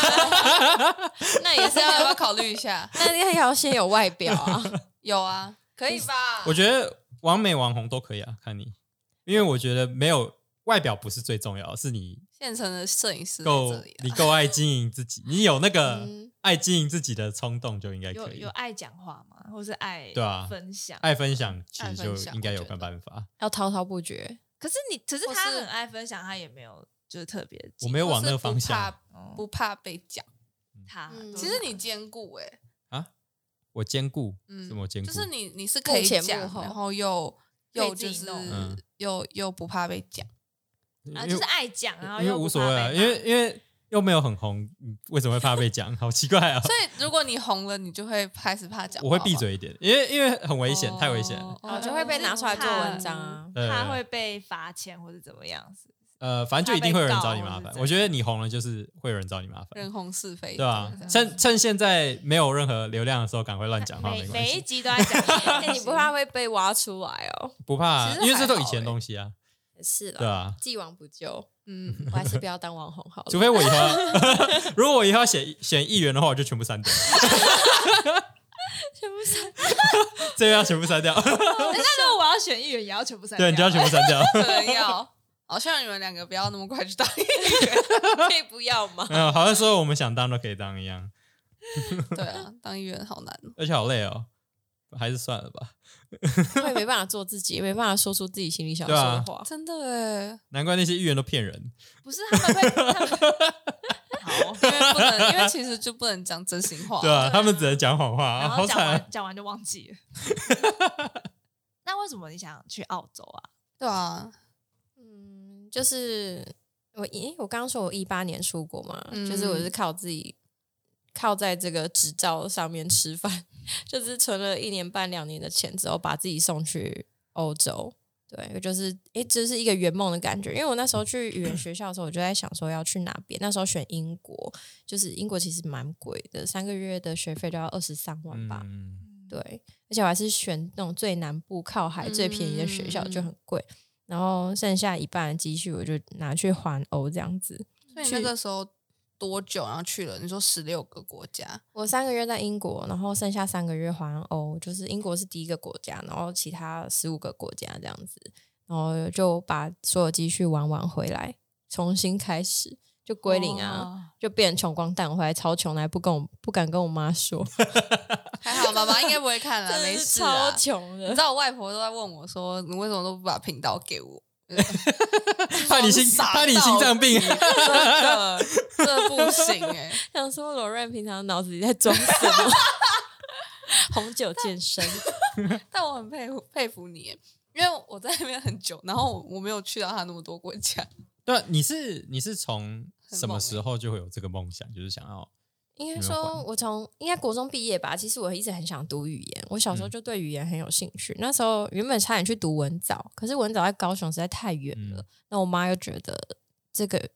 那也也是是要要不要 考虑一下？那也要先有外表 啊。有啊，可以吧？我觉得王美、网红都可以啊，看你，因为我觉得没有外表不是最重要，是你现成的摄影师在够这里啊你够爱经营自己，你有那个嗯爱经营自己的冲动就应该有可以有。爱讲话吗？或是爱对啊分享？爱分享其爱实分就享应该我有觉个得办法，要滔滔不绝，可是你，可是或他是很爱分享，他也没有就是特别记。我没有或往那是个不方向怕。哦不怕被讲。他嗯，其实你兼顾哎、啊，我兼顾，嗯什么兼顾？就是你你是可以幕前讲，幕后然后又又可以自就己是、弄嗯又又不怕被讲，因啊，为就是爱讲，然后因为又无不怕所谓啊，被因骂为因为又没有很红，你为什么会怕被讲？ 好奇怪啊！所以如果你红了，你就会开始怕讲。我会闭，嘴一点，因为因为很危险，太危险了。哦就会被拿出来做文章啊。对他会被罚钱或者怎么样子。呃，反正就一定会有人找你麻怕被烦。告我觉得你红了就是会有人找你麻人烦，红是非，对啊吧、这样趁趁现在没有任何流量的时候，赶快乱讲话每没关每一系，集都在讲一个哎东 西，你不怕会被挖出来哦？不怕、啊，其实因为这都还以好前欸东西啊，是对了，啊。既往不咎，嗯，我还是不要当网红好除了。非我以后要，如果我以后要选选议员的话，我就全部删掉，全部删 这个要全部删掉，等一下，如果我要选议员，也要全部删掉。啊对，你就要全部删掉。可能要。好像你们两个不要那么快去当议可以不要吗？嗯，好像说我们想当都可以当一样，员，对啊，当议员好难哦。而且好累哦，还是算了吧。会没办法做自己，没办法说出自己心里想说的欸话。真的哎，难怪那些议员都骗人，不是他们会，他 们 好，因为不能，因为其实就不能讲真心话。对啊，他们只能讲谎话，啊然好后讲惨啊完。讲完就忘记了。那为什么你想去澳洲啊？对啊，嗯，就是我，诶，我刚刚说我一八年出国嘛，嗯就是我是靠自己靠在这个执照上面吃饭， 就是存了一年半两年的钱之后，把自己送去欧洲。对，我就是诶，这、是一个圆梦的感觉，因为我那时候去语言学校的时候，我就在想说要去哪边。那时候选英国，就是英国其实蛮贵的，三个月的学费都要二十三万吧。嗯， 对，而且我还是选那种最南部靠海、最便宜的学校，就很贵。然后剩下一半的积蓄，我就拿去环欧这样子。所以你那个时候多久然后去了？你说十六个国家，我三个月在英国，然后剩下三个月环欧，就是英国是第一个国家，然后其他十五个国家这样子，然后就把所有积蓄玩完回来，重新开始就归零啊，哦，就变成穷光蛋，我回来超穷，还不跟我不敢跟我妈说，还好妈妈应该不会看啦， 真没的是事超啊。穷你知的。道我外婆都在问我说，你为什么都不把频道给 我？怕你心傻到怕你心脏病，真的，这不行哎、想说罗瑞平常脑子里在装什么？ 红酒健身， 但我很佩服佩服你耶，因为我在那边很久，然后我我没有去到他那么多国家。 对啊，你是你是从很什么猛时欸候就会有这个梦想，就是想要应该有没有说换，我从应该国中毕业吧。其实我一直很想读语言，我小时候嗯就对语言很有兴趣。那时候原本差点去读文藻，可是文藻在高雄实在太远了。嗯那我妈又觉得这个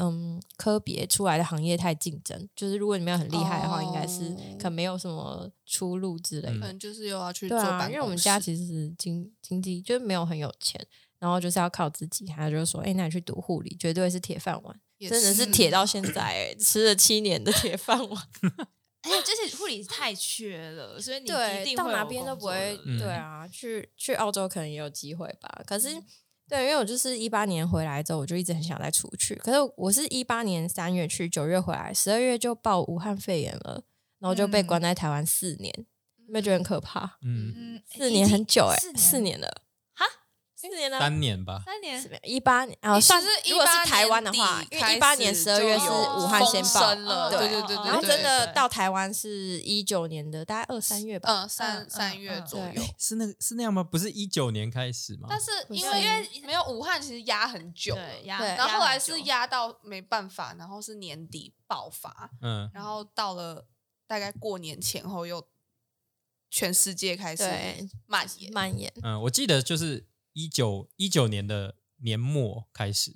嗯科别出来的行业太竞争，就是如果你没有很厉害的话，哦应该是可能没有什么出路之类的。嗯可能就是又要去做对办公啊，室，因为我们家其实是经经济就是没有很有钱，然后就是要靠自己。他就说：“哎、那你去读护理，绝对是铁饭碗，也真的是铁到现在、哎，吃了七年的铁饭 碗。”而且这些护理太缺了，所以你一对，定到会有哪边都不会工作的嗯对啊，去去澳洲可能也有机会吧。可是，对，因为我就是一八年回来之后，我就一直很想再出去。可是我是一八年三月去，九月回来，十二月就爆武汉肺炎了，然后就被嗯关在台湾四年，你们觉得很可怕？嗯嗯，四年很久哎、四年四年了，哈，四年了。嗯三年吧？三年一八年啊，其算实如果是台湾的话，因为一八18年年十底二月开是始就有武汉先风爆嗯声，了，对啊对对对对，然后对真的对到台湾是一九年的大概二三月吧，嗯三嗯三嗯月嗯左对右，是那个是那样吗？不是一九年开始吗？但是不因是为因为没有武汉，其实压很久了对，压对然后后来是压压到没办法，然后是年底爆发，嗯，然后到了大概过年前后又全世界开始对蔓延，蔓延。嗯，我记得就是一九一九年的年末开始，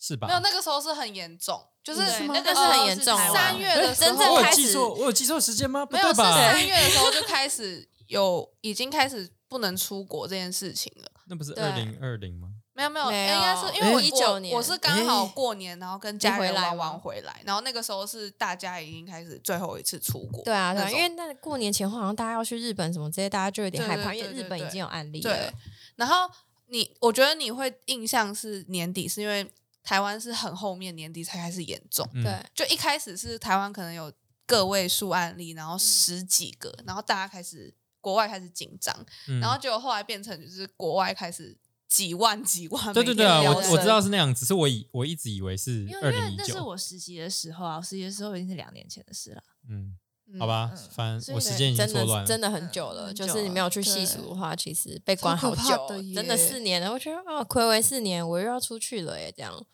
是吧？哦没有那个时候是很严重，就是对那个时那个是候很严重是啊三月的时候哎真正我有开记始错，我有记错时间吗？不没有对是吧？三月的时候就开始有已经开始不能出国这件事情了。那不是对二零二零吗？没有没有，没应该是有因为我19过年我是刚好哎过年，然后跟你家回人来玩吗完回来，然后那个时候是大家已经开始最后一次出国对啊，那对种，啊，因为那过年前后好像大家要去日本什么这些，大家就有点害怕，对对因为对日本已对经有案例对了。，然后你我觉得你会印象是年底，是因为台湾是很后面年底才开始严重，嗯，对，就一开始是台湾可能有个位数案例，嗯然后十几个，然后大家开始国外开始紧张，嗯然后结果后来变成就是国外开始几万几万，对对每对天啊，我飙升我知道是那样，只是我以我一直以为是没有，二因为零一那是九。我实习的时候啊，我实习的时候已经是两年前的事了。嗯，嗯好吧嗯，反所正以我时间已经真错乱的了。真的很嗯久了，很就久是你没了有去细对数的话，其实被超关可好怕久的，真耶的四年了。我觉得啊，暌违四年，我又要出去了耶，这样。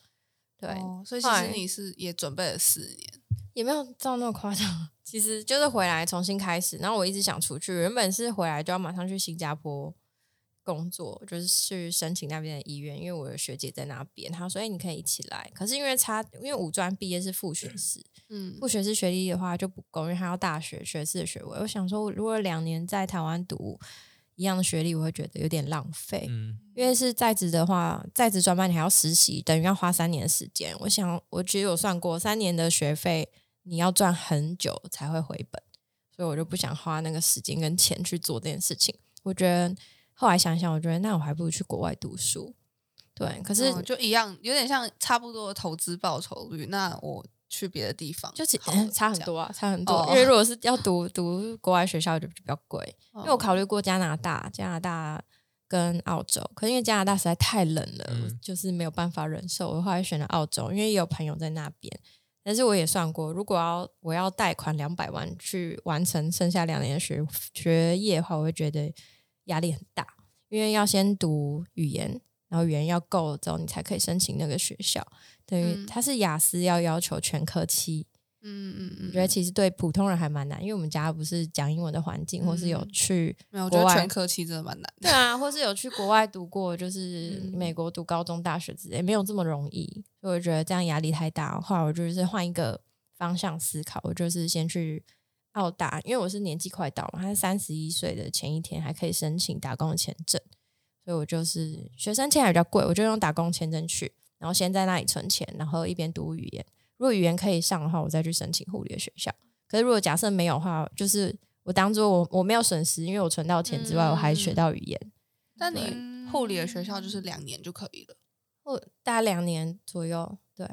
对，哦所以其后实来你是也准备了四年，也没有到那么夸张， 其实就是回来重新开始。然后我一直想出去，原本是回来就要马上去新加坡工作，就是去申请那边的医院，因为我有学姐在那边，她说：“哎、你可以一起来。”可是因为差，因为五专毕业是副学士，嗯副学士学历的话就不够，因为他要大学学士的学位。我想说，如果两年在台湾读一样的学历，我会觉得有点浪费。嗯，因为是在职的话，在职专班你还要实习，等于要花三年的时间。我想，我其实有算过，三年的学费你要赚很久才会回本，所以我就不想花那个时间跟钱去做这件事情。我觉得后来想想，我觉得那我还不如去国外读书。对，可是、哦就一样，有点像差不多的投资报酬率。那我去别的地方就其好了差很，多啊，差很多。哦因为如果是要读读国外学校，就比较贵。这样因为我考虑过加拿大、加拿大跟澳洲，可是因为加拿大实在太冷了，嗯我就是没有办法忍受。我后来选了澳洲，因为也有朋友在那边。但是我也算过，如果要我要贷款两百万去完成剩下两年的学学业的话，我会觉得压力很大，因为要先读语言，然后语言要够了之后，你才可以申请那个学校。等于嗯它是雅思要要求全科七，嗯嗯我嗯，觉得其实对普通人还蛮难，因为我们家不是讲英文的环境，或是有嗯去没有，我觉国得外全科期真的蛮难的。对啊，或是有去国外读过，就是嗯美国读高中、大学之类，没有这么容易。所以我觉得这样压力太大，后来我就是换一个方向思考，我就是先去澳大，因为我是年纪快到嘛，他三十一岁的前一天还可以申请打工的签证，所以我就是学生签还比较贵，我就用打工签证去，然后先在那里存钱，然后一边读语言。如果语言可以上的话，我再去申请护理的学校。可是如果假设没有的话，就是我当做我我没有损失，因为我存到钱之外，我还嗯学到语言。但对你护理的学校就是两年就可以了，或大概两年左右，对，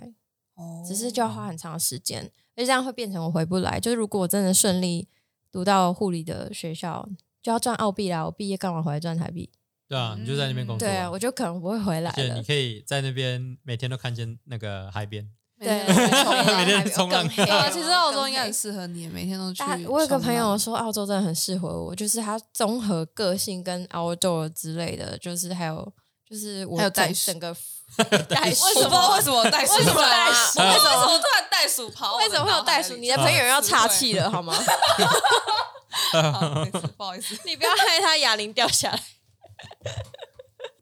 哦只是就要花很长的时间，而且这样会变成我回不来。就是如果我真的顺利读到护理的学校，就要赚澳币啦。我毕业干嘛回来赚台币？对啊，你就在那边工作对啊，啊，我就可能不会回来而且你了。可以在那边每天都看见那个海边， 对，每天去去冲浪更黑对啊，了其实澳洲应该更很适合你，每天都去大冲，浪。我有个朋友说，澳洲真的很适合我，就是他综合个性跟 outdoor 之类的，就是还有就是我还有整袋鼠整个 袋袋鼠鼠，我不知道为什么袋鼠啊为什么突然袋鼠啊我为什么突然袋鼠跑我的为什么会有脑海袋里鼠？你的朋友要岔气了好吗？好没事不好意思， 你不要害他哑铃掉下来。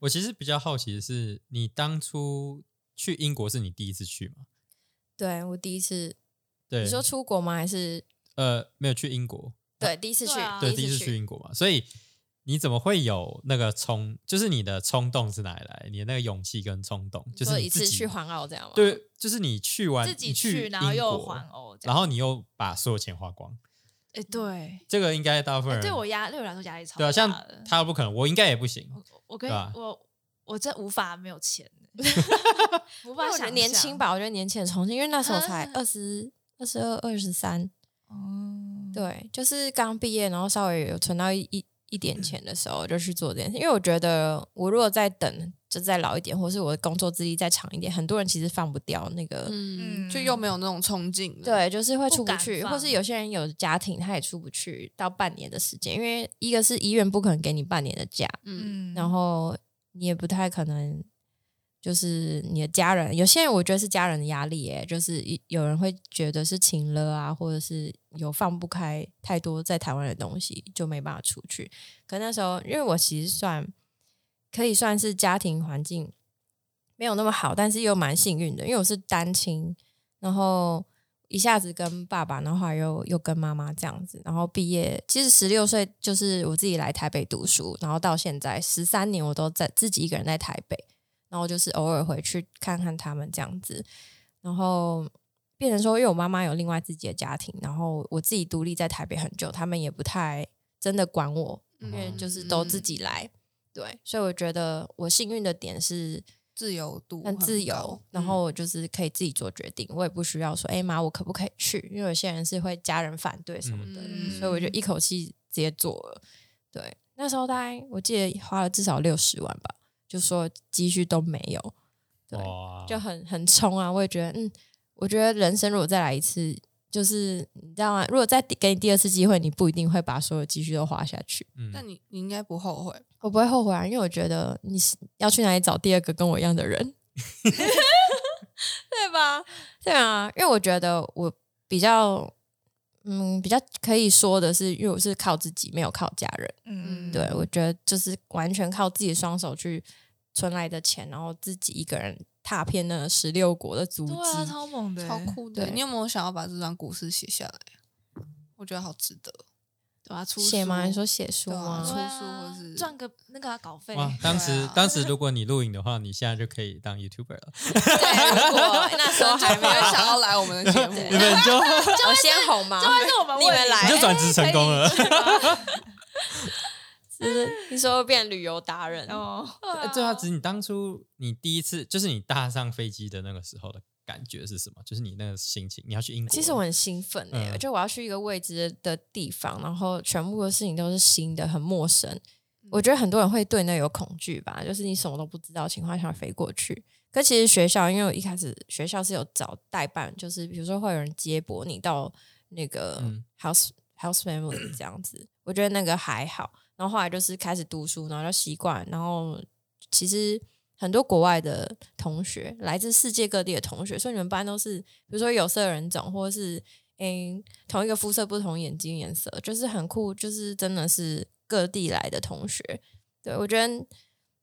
我其实比较好奇的是，你当初去英国是你第一次去吗？ 对我第一次对，你说出国吗？还是呃没有去英国，对第一次去对啊？对，第第一次去。英国嘛，所以你怎么会有那个冲？就是你的冲动是哪里来？你的那个勇气跟冲动，就说是你一自次己去环澳这样吗？，对，就是你去完自己你去去，然后英又国环欧，然后你又把所有钱花光，哎，对，这个应该大部分哎人对我压对我来说压力超啊对啊，像大的。他不可能，我应该也不行。我我可以对啊吧我我真无法没 有钱，无因为法我觉想得象年轻，吧，我觉得年轻的重新，因为那时候才啊二十二、十二、二十三，嗯，对，就是刚毕业，然后稍微有存到一一一点钱的时候，我就去做这件事。因为我觉得，我如果再等，就再老一点，或是我的工作资历再长一点，很多人其实放不掉那个。 嗯，嗯就又没有那种冲劲了，对，就是会不出不敢去，或放是有些人有家庭，他也出不去到半年的时间，因为一个是医院不可能给你半年的假，嗯，嗯，然后你也不太可能，就是你的家人，有些人我觉得是家人的压力、耶，就是一有人会觉得是情了啊，或者是有放不开太多在台湾的东西，就没办法出去。可那时候，因为我其实算可以算是家庭环境没有那么好，但是又蛮幸运的，因为我是单亲，然后一下子跟爸爸，然后还有又跟妈妈这样子，然后毕业，其实十六岁就是我自己来台北读书，然后到现在十三年我都在自己一个人在台北，然后就是偶尔回去看看他们这样子，然后变成说，因为我妈妈有另外自己的家庭，然后我自己独立在台北很久，他们也不太真的管我，因因为就是都自己来。对，所以我觉得我幸运的点是，自由度很自由高，嗯然后我就是可以自己做决定，我也不需要说，哎、妈，我可不可以去？因为有些人是会家人反对什么的，嗯所以我就一口气直接做了。对，那时候大概我记得花了至少六十万吧，就说积蓄都没有，对，哇，就很很冲啊！我也觉得，嗯，我觉得人生如果再来一次，就是你知道吗？如果再给你第二次机会，你不一定会把所有积蓄都花下去。嗯但你你应该不后悔，我不会后悔啊，因为我觉得你是要去哪里找第二个跟我一样的人，对吧？对啊，因为我觉得我比较嗯，比较可以说的是，因为我是靠自己，没有靠家人。嗯，对，我觉得就是完全靠自己双手去存来的钱，然后自己一个人踏遍那十六国的足迹。对啊，超猛的欸，超酷的。对你有没有想要把这段故事写下来？我觉得好值得。对啊，出写吗？书你说写书对啊吗？出对啊书或是赚个那个啊稿费？哇，当时、对啊当时如果你录影的话，你现在就可以当 YouTuber 了。对，啊如 果那时候还没有有想想要来我们的节目，对你们就我先红吗？就会是我们你问们来你就转职成功了哎可以去 吗就是你说变旅游达人，哦，呃对啊，只是你当初你第一次就是你搭上飞机的那个时候的感觉是什么？就是你那个心情，你要去英国了。其实我很兴奋哎、嗯就我要去一个未知的地方，然后全部的事情都是新的，很陌生。我觉得很多人会对那有恐惧吧，就是你什么都不知道的情况下飞过去。可其实学校，因为我一开始学校是有找代办，就是比如说会有人接驳你到那个嗯 house、house family 这样子，我觉得那个还好。然后后来就是开始读书，然后就习惯，然后其实很多国外的同学，来自世界各地的同学，所以你们班都是，比如说有色人种，或者是诶同一个肤色不同眼睛颜色，就是很酷，就是真的是各地来的同学。对我觉得，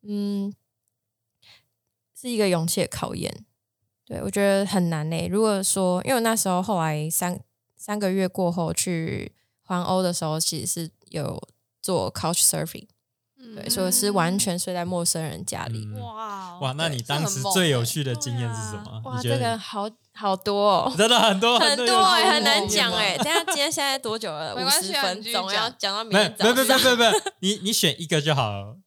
嗯，是一个勇气的考验。对我觉得很难嘞、如果说，因为我那时候后来三三个月过后去环欧的时候，其实是有做 couch surfing，嗯对，所以是完全睡在陌生人家里。嗯哇哦哇，那你当时这很猛最欸有趣的经验是什么？啊哇，你觉得这个好好多哦， 真的很多很多有趣哎、的很难经验讲吗哎、欸。等一下今天现在多久了？没五关十系啊分你继续钟，讲要讲到明没天早没上。没没没没，你你选一个就好了。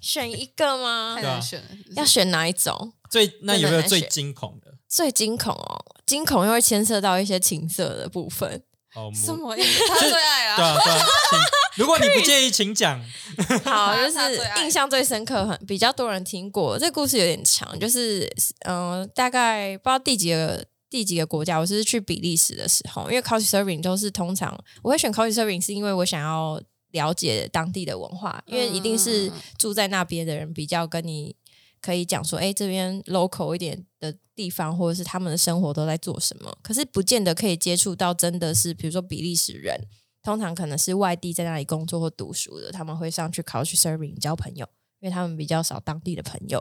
选一个吗太？对啊难选了，是不是要选哪一种？最那有没有真的很最选惊恐的？最惊恐哦，惊恐又会牵涉到一些情色的部分。哦，我们什么意思？他最爱对啊，啊对啊，请如果你不介意，请讲。 好，他就他最是爱印象最深刻，很比较多人听过。这故事有点长，就是嗯、呃大概不知道第几个第几个国家，我是去比利时的时候，因为 couch surfing 都是通常我会选 couch surfing 是因为我想要了解当地的文化，因为一定是住在那边的人比较跟你。可以讲说，哎、这边 local 一点的地方，或者是他们的生活都在做什么，可是不见得可以接触到真的是，比如说比利时人，通常可能是外地在那里工作或读书的，他们会上去 couch serving 交朋友，因为他们比较少当地的朋友。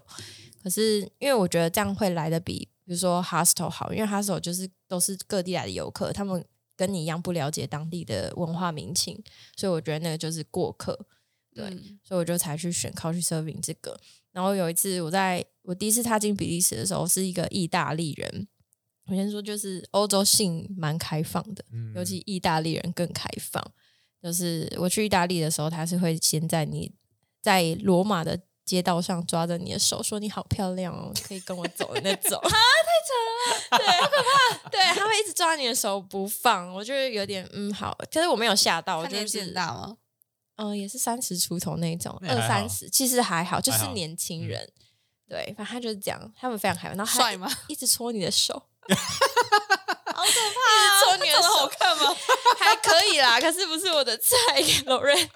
可是因为我觉得这样会来的比比如说 hostel 好，因为 hostel 就是都是各地来的游客，他们跟你一样不了解当地的文化民情，所以我觉得那个就是过客。对嗯所以我就才去选 couch serving 这个。然后有一次我在我第一次踏进比利时的时候，是一个意大利人。我先说，就是欧洲性蛮开放的，嗯 尤其意大利人更开放。就是我去意大利的时候，他是会先在你在罗马的街道上抓着你的手，说你好漂亮哦，可以跟我走的那种。 啊，太扯了，对，好可怕。对，他会一直抓你的手不放，我就是有点嗯好，可是我没有吓到，我他就年纪是很大吗？嗯、也是三十出头那一种，那也二还好三十，其实还好，就还是好年轻嗯人。对，反正他就是这样，他们非常害怕，然后他帅吗？一直戳你的手，好 可一直怕，戳你的长得好手，看吗？还可以啦，可是不是我的菜， 罗瑞。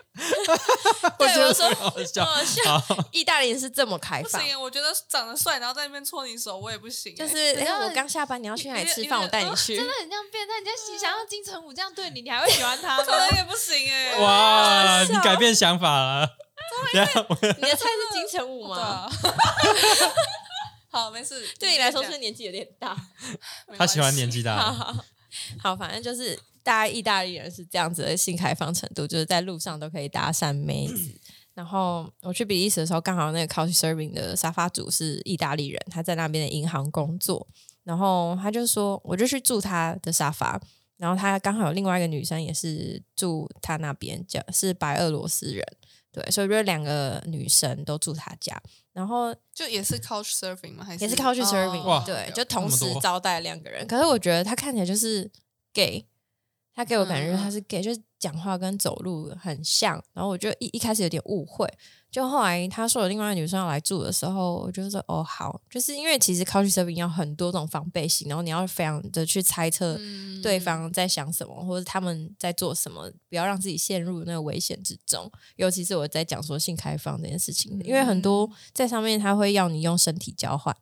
对，觉得我说很 好笑嗯是 好，意大利人是这么开不放，行，我觉得长得帅，然后在那边搓你手，我也不行欸。就是等哎、一下我刚下班，你要去哪里你吃你饭？你我带你去真。的很像变态，你家你想要金城武这样啊对你，啊你还会喜欢他 可能吗？也不行哎。哇，笑你改变想法了。等一下我你的菜是金城 武对吗？啊，好，没事。对你来说继是续年纪有点大。讲，他喜欢你。年纪大的， 好，反正就是大家意大利人是这样子的性开放程度，就是在路上都可以搭讪妹子。然后我去比利时的时候，刚好那个 couch serving 的沙发主是意大利人，他在那边的银行工作。然后他就说，我就去住他的沙发。然后他刚好有另外一个女生也是住他那边，叫是白俄罗斯人，对，所以就是两个女生都住他家。然后就也是 couch surfing 吗？还是也是哦 couch serving，、哇对，就那同么时多招待两个人。可是我觉得他看起来就是 gay，他给我感觉嗯嗯他是 gay，、就是讲话跟走路很像。然后我就一一开始有点误会，就后来他说有另外一个女生要来住的时候，我就说哦好，就是因为其实 couch serving 要很多种防备心，然后你要非常的去猜测嗯对方在想什么，或者他们在做什么，不要让自己陷入那个危险之中。尤其是我在讲说性开放这件事情，因为很多在上面他会要你用身体交换，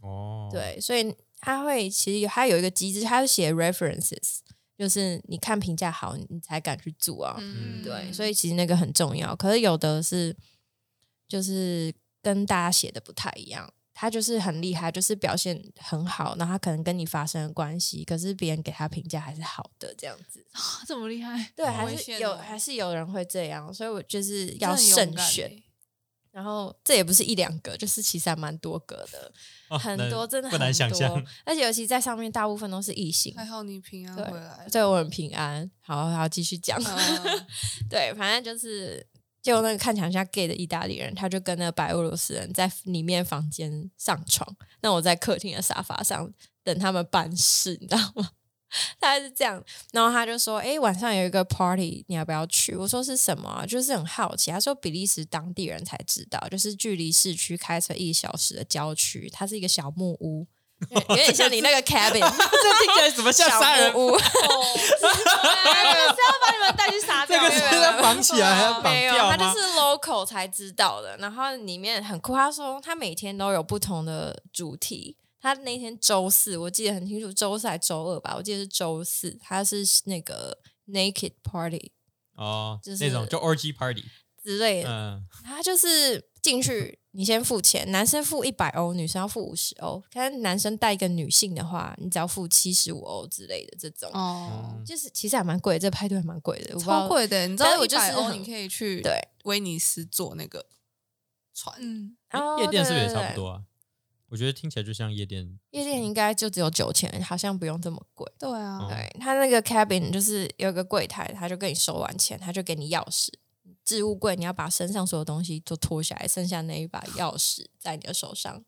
哦，对，所以他会其实有他有一个机制，他会写 references，就是你看评价好，你你才敢去做啊。嗯对，所以其实那个很重要。可是有的是，就是跟大家写的不太一样。他就是很厉害，就是表现很好，然后他可能跟你发生了关系，可是别人给他评价还是好的这样子。啊这么厉害，对，好还危是险有哦还是有人会这样，所以我就是真要的很勇慎敢选。欸然后这也不是一两个，就是其实还蛮多个的，哦很那多真的不很难想多象。而且尤其在上面，大部分都是 异性还，好你平安对回来了。对我很平安。好好继续讲，嗯哦对，反正就是。结果那个看起来很像 gay 的意大利人，他就跟那个白俄罗斯人在里面房间上床，那我在客厅的沙发上等他们办事，你知道吗？ 大概是这样。然后他就说：“哎，晚上有一个 party，你要不要去？”我说：“是什么啊、就是很好奇。他说：“比利时当地人才知道，就是距离市区开车一小时的郊区，它是一个小木屋， 有有点像你那个这 cabin，听起来怎么 像杀人小？木屋。” 是要把你们带去杀这掉？个是要绑起来还啊啊要绑没有，票他就吗？是 local 才知道的。然后里面很酷，他说他每天都有不同的主题。他那天周四，我记得很清楚，周四还周二吧，我记得是周四，他是那个 naked party 哦，就是那种就 orgy party，之类的。嗯，他就是进去，你先付钱，男生付一百欧，女生要付五十欧。但是男生带一个女性的话，你只要付七十五欧之类的这种，嗯哦，就是其实还蛮贵，这派对还蛮贵的，我不知道超贵的，你知但道是我就是100欧很你可以去对。威尼斯坐那个船，嗯，哦夜店是不是也对对差不多啊？我觉得听起来就像夜店，夜店应该就只有九千，好像不用这么贵。对啊，对他那个 cabin 就是有个柜台，他就跟你收完钱，他就给你钥匙。置物柜你要把身上所有东西都脱下来，剩下那一把钥匙在你的手上，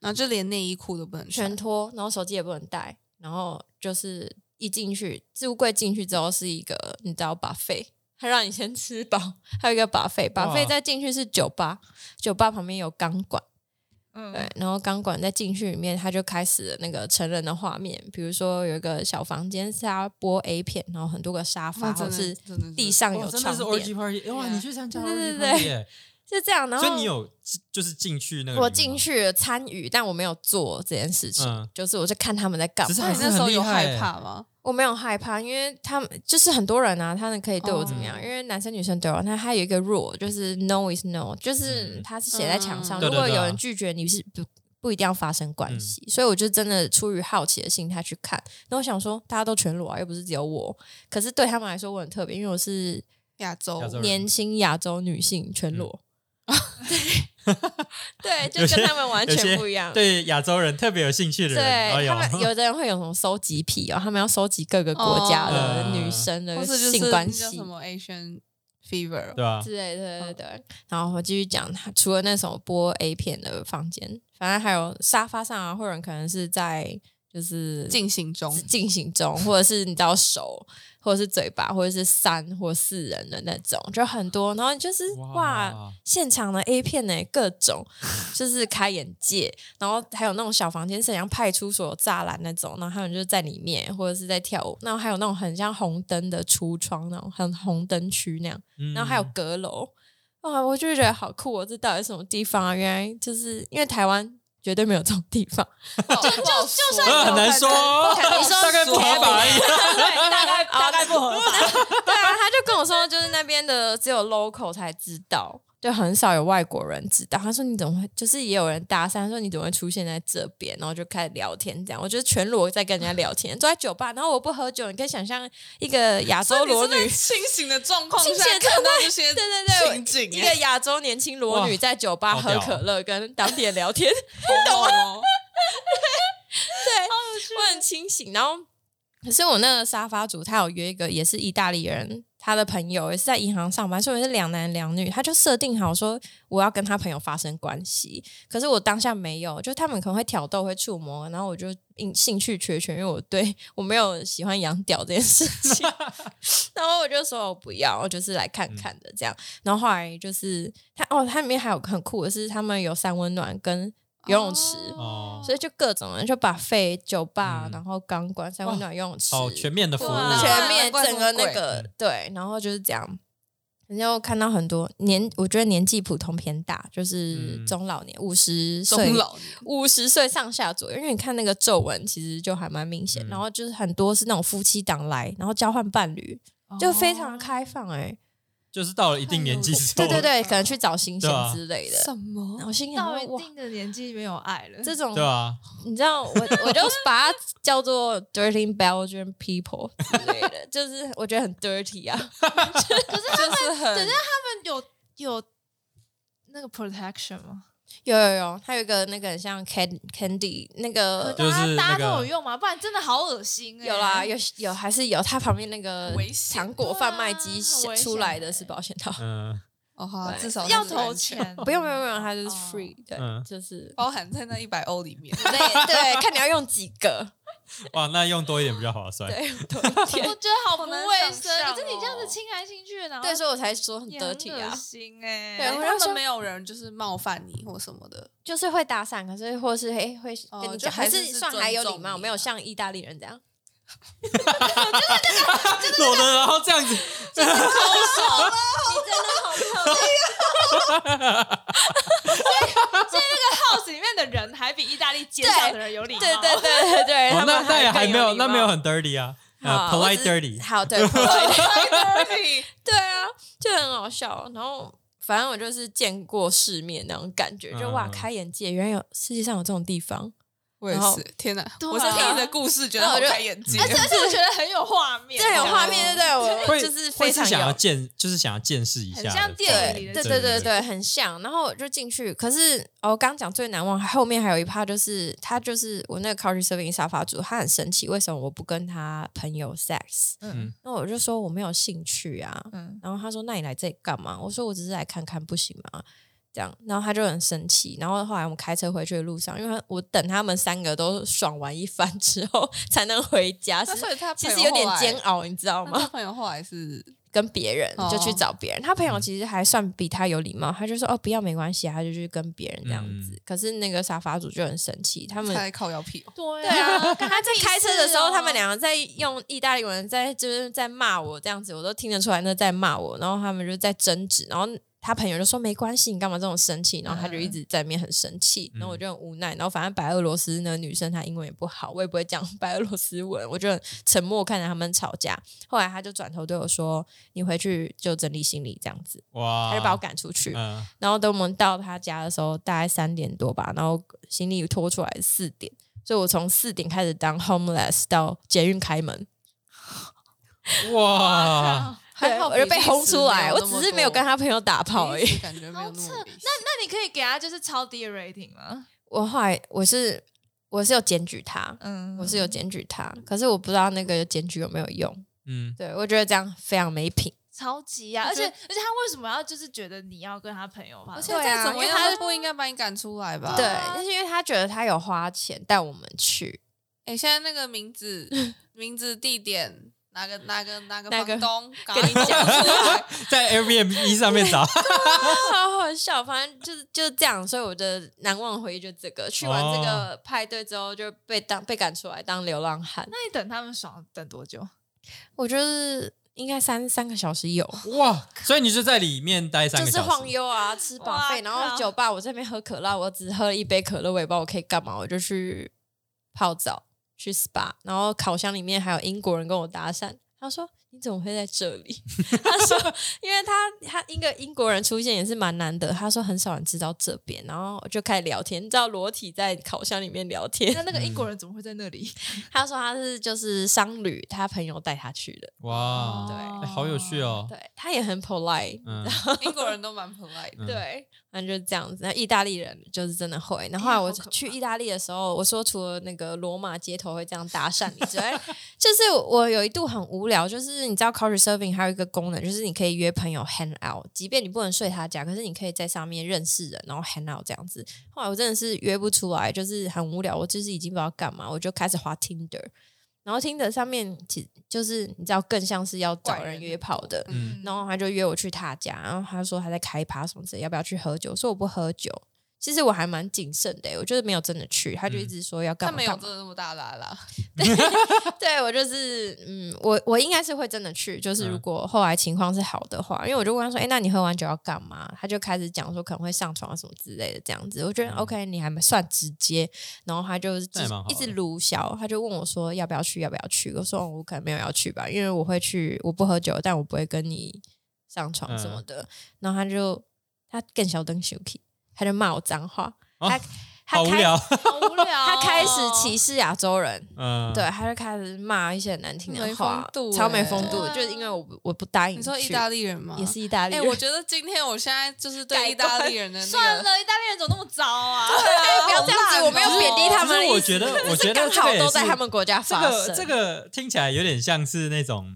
然后就连内衣裤都不能全穿，脱，然后手机也不能带，然后就是一进去置物柜进去之后是一个你知道 buffet，他让你先吃饱，还有一个 buffet，buffet 再进去是酒吧，酒吧旁边有钢管。对嗯，，然后钢管在进去里面，他就开始了那个成人的画面，比如说有一个小房间是要播 A 片，然后很多个沙发，哇或真者的是真的是地上哦有哇真的床是 orgy，垫 party，哇，你去参加对 orgy 对 party，对耶就这样。然后所以你有就是进去那个，我进，去了参与，但我没有做这件事情，嗯就是我就看他们在干只是嘛那还你是。那时候有很厉害欸害怕吗？我没有害怕，因为他们就是很多人啊，他们可以对我怎么样？哦因为男生女生都有。那还有一个 rule 就是 no is no，就是嗯他是写在墙上，嗯如果对对对啊嗯有人拒绝你是不不一定要发生关系。所以我就真的出于好奇的心态去看。那我想说，大家都全裸啊，又不是只有我。可是对他们来说我很特别，因为我是亚洲亚洲人年轻亚洲女性全裸。 对对，有就些跟他们完有些全不一样。对亚洲人特别有兴趣的人，哎对呦 他们，有的人会有什么收集癖哦，他们要收集各个国家 的哦女生的或是就是性关那系叫什么啊 Asian Fever，对吧？之类的，对对对。然后我继续讲，他除了那种播 A 片的房间，反正还有沙发上啊，或者可能是在就是进行中是， 进行中，或者是你到手，或者是嘴巴，或者是三或四人的那种，就很多。然后就是哇哇现场的 A 片呢、各种就是开眼界。然后还有那种小房间是很像派出所栅栏那种，然后他们就在里面或者是在跳舞。然后还有那种很像红灯的橱窗那种，很红灯区那样。嗯然后还有阁楼，哇，我就觉得好酷哦！这到底什么地方啊？原来就是因为台湾绝对没有这种地方。就就就呃很难说哦，你说大概不合法而已。对，大 概大概不合法。对啊，他就跟我说，就是那边的只有 local 才知道，就很少有外国人知道。他说你怎么会，就是也有人搭讪说你怎么会出现在这边，然后就开始聊天这样。我就是全裸在跟人家聊天，坐在酒吧，然后我不喝酒，你可以想象一个亚洲 裸欸女。清醒的状况清下醒的看到这些对对 对，我情景一个亚洲年轻裸女哇在酒吧好喝屌哦可乐，跟当地人聊天，懂吗？我很清醒。然后，可是我那个沙发主他有约一个也是意大利人，他的朋友也是在银行上班，所以我们是两男两女。他就设定好说我要跟他朋友发生关系，可是我当下没有，就他们可能会挑逗、会触摸，然后我就兴兴趣缺缺，因为我对我没有喜欢养屌这件事情。然后我就说我不要，我就是来看看的这样。然后后来就是他哦，他里面还有很酷的是，他们有三温暖跟游泳池。哦所以就各种人就把废酒吧，嗯哦然后钢管、三温暖、游泳池，好全面的服务，哇全面难怪整个这么那贵个对，然后就是这样。然后看到很多年，我觉得年纪普通偏大，就是嗯中老年五十岁中老五十岁上下左右，因为你看那个皱纹其实就还蛮明显，嗯然后就是很多是那种夫妻档来，然后交换伴侣，哦就非常开放哎、就是到了一定年纪之后， 对对对，可能去找新鲜对啊之类的。什然么？后心里想到说一哇，定的年纪没有爱 了，这种对啊，你知道我我就把它叫做 dirty Belgian people 之类的，就是我觉得很 dirty 啊，可是就是可很是他们有有那个 protection 吗？有有有，它有一个那个很像 can candy 那哦个就是大家那大家个都有用吗？不然真的好恶心哎、有啦，有有还是有，它旁边那个危险糖果贩卖机对啊很危险出来的是保险 套，嗯哦，好啊，对至少要它是投安全，钱，不用不用不用，它就是哦 free，对，嗯就是 包含在那一百欧里面。对对，看你要用几个，哇，那用多一点比较划算。 对，多一点我觉得好不好难卫想生，象可是你这样哦子侵来侵去，然后对，所以我才说很也很 dirty 啊恶，心 哎、对然我后就他说们没有人就是冒犯你或什么的，就是会搭讪，可是或是诶会哦跟你就讲，还还是是是算还有尊礼重貌，你没有啊像意大利人 这样。 裸的，然后这样子，你真的好漂啊亮， house 里面的人还比意大利街上的人有礼貌。对对对对对， 哦哎他，那们那也还更没有，礼那没有貌很 dirty 啊，啊好我，polite 只是 dirty，好，对 polite，对，对啊，就很好笑。然后反正我就是见过世面那种感觉，就哇，嗯开眼界，原来有世界上有这种地方。我也然后是，天哪！对我是啊听你的故事觉得那我好就开眼界，嗯而且而且我觉得很有画面，这很有画面，对不对？我会就是会 非是常想要有，见，就是想要见识一下的很氛围，像电影里对的对景对对对，很像。然后我就进去，可是哦，我刚讲最难忘，后面还有一趴就是他就是我那个 couch surfing 沙发主，他很生气，为什么我不跟他朋友 sex？嗯那我就说我没有兴趣啊，嗯，然后他说：“那你来这里干嘛？”我说：“我只是来看看，不行吗？”这样，然后他就很生气。然后后来我们开车回去的路上，因为他我等他们三个都爽完一番之后 才能回 家，那其所实以他其朋实友有点后来煎熬，你知道那他吗？朋友后来是跟别人哦就去找别人，他朋友其实还算比他有礼貌，他就说：“哦，不要没关系啊。”他就去跟别人这样子。嗯可是那个沙发主就很生气，他们他在靠腰屁哦，对对啊，啊，他在开车的时候，他们两个在用意大利文在就是在骂我这样子，我都听得出来那在骂我，然后他们就在争执，然后他朋友就说没关系，你干嘛这种生气？然后他就一直在那边很生气，然后我就很无奈，然后反正白俄罗斯那个女生她英文也不好，我也不会讲白俄罗斯文，我就很沉默看着他们吵架。后来他就转头对我说：“你回去就整理行李这样子。”哇，他就把我赶出去。嗯，然后等我们到他家的时候，大概三点多吧，然后行李拖出来四点，所以我从四点开始当 homeless 到捷运开门，哇，哇，还好对我就被比利时轰出来，没有我那么只是没有多跟他朋友打炮而第一 已。次哎感觉没有那么好扯危险那你可以给他就是超低的 rating 吗？我后来我是我是有检举他，嗯我是有检举他，可是我不知道那个检举有没有用。嗯，对我觉得这样非常没品，超级啊，我而觉且得而且他为什么要就是觉得你要跟他朋友嘛？而且对再啊怎么因为样他都不应该把你赶出来吧？对，哎、但是因为他觉得他有花钱带我们去，现在那个名 字、名字、地点，哪个、哪个、哪个哪个房东，赶跟你快讲出来。在 Airbnb 上面找， 好好笑，反正就是就是这样，所以我的难忘回忆就这个。去完这个派对之后，就被当被赶出来当流浪汉。那你等他们爽等多久？我就是应该三三个小时有，哇，所以你就在里面待三就个是小晃时，悠啊，吃饱哇费，然后靠酒吧我这边喝可乐，我只喝了一杯可乐，我也不知道我可以干嘛，我就去泡澡，去 SPA，然后烤箱里面还有英国人跟我搭讪。他说：“你怎么会在这里？” 他说：“因为他他一个英国人出现也是蛮难得。”他说：“很少人知道这边。”然后我就开始聊天，你知道裸体在烤箱里面聊天。那那个嗯英国人怎么会在 那里？他说他是就是商旅，他朋友带他去的。哇，对哎好 有趣哦，对，他也很 polite，嗯，英国人都蛮 polite 的，嗯对，反正就是这样子。那意大利人就是真的会。然后后来哎呀我好可怕去意大利的时候，我说除了那个罗马街头会这样搭讪你之 外，就是我有一度很无聊，就是你知道 Couchsurfing 还有一个功能，就是你可以约朋友 hang out，即便你不能睡他家，可是你可以在上面认识人，然后 hang out 这样子。后来我真的是约不出来，就是很无聊，我就是已经不知道干嘛，我就开始滑 Tinder。然后 Tinder 上面其实就是你知道，更像是要找怪人人约炮的，嗯然后他就约我去他家，然后他说他在开趴什么之类，要不要去喝酒？我说我不喝酒。其实我还蛮谨慎的、欸我就是没有真的去，他就一直说要嗯干他嘛没有干嘛真。的那么大啦 啦，对我就是，嗯，我我应该是会真的去，就是如嗯果后来情况是好的话，因为我就问他说，哎、那你喝完酒要干嘛？他就开始讲说可能会上床啊什么之类的，这样子，我觉得、嗯 OK，你还蛮算直接。然后他就是那也蛮好一的直撸小，他就问我说要不要去，要不要去？我说、哦我可能没有要去吧，因为我会去，我不喝酒，但我不会跟你上床什么嗯的。然后他就他更小灯 Suki，他就骂我脏话，哦他他好无开 聊，好无聊、他开始哦歧视亚洲人，嗯，对，，他就开始骂一些很难听没的话风，度超没欸风度对的，啊就是因为我不我不答应去。你说意大利人吗？也是意大利哎、人，我觉得今天我现在就是对意大利人的、那个算了，意大利人怎么那么糟啊？不要这样好烂子，哦我没有贬低他可们的是意我思，觉得，我只觉是得刚这好个也都在是他们国家这发个生。这个听起来有点像是那种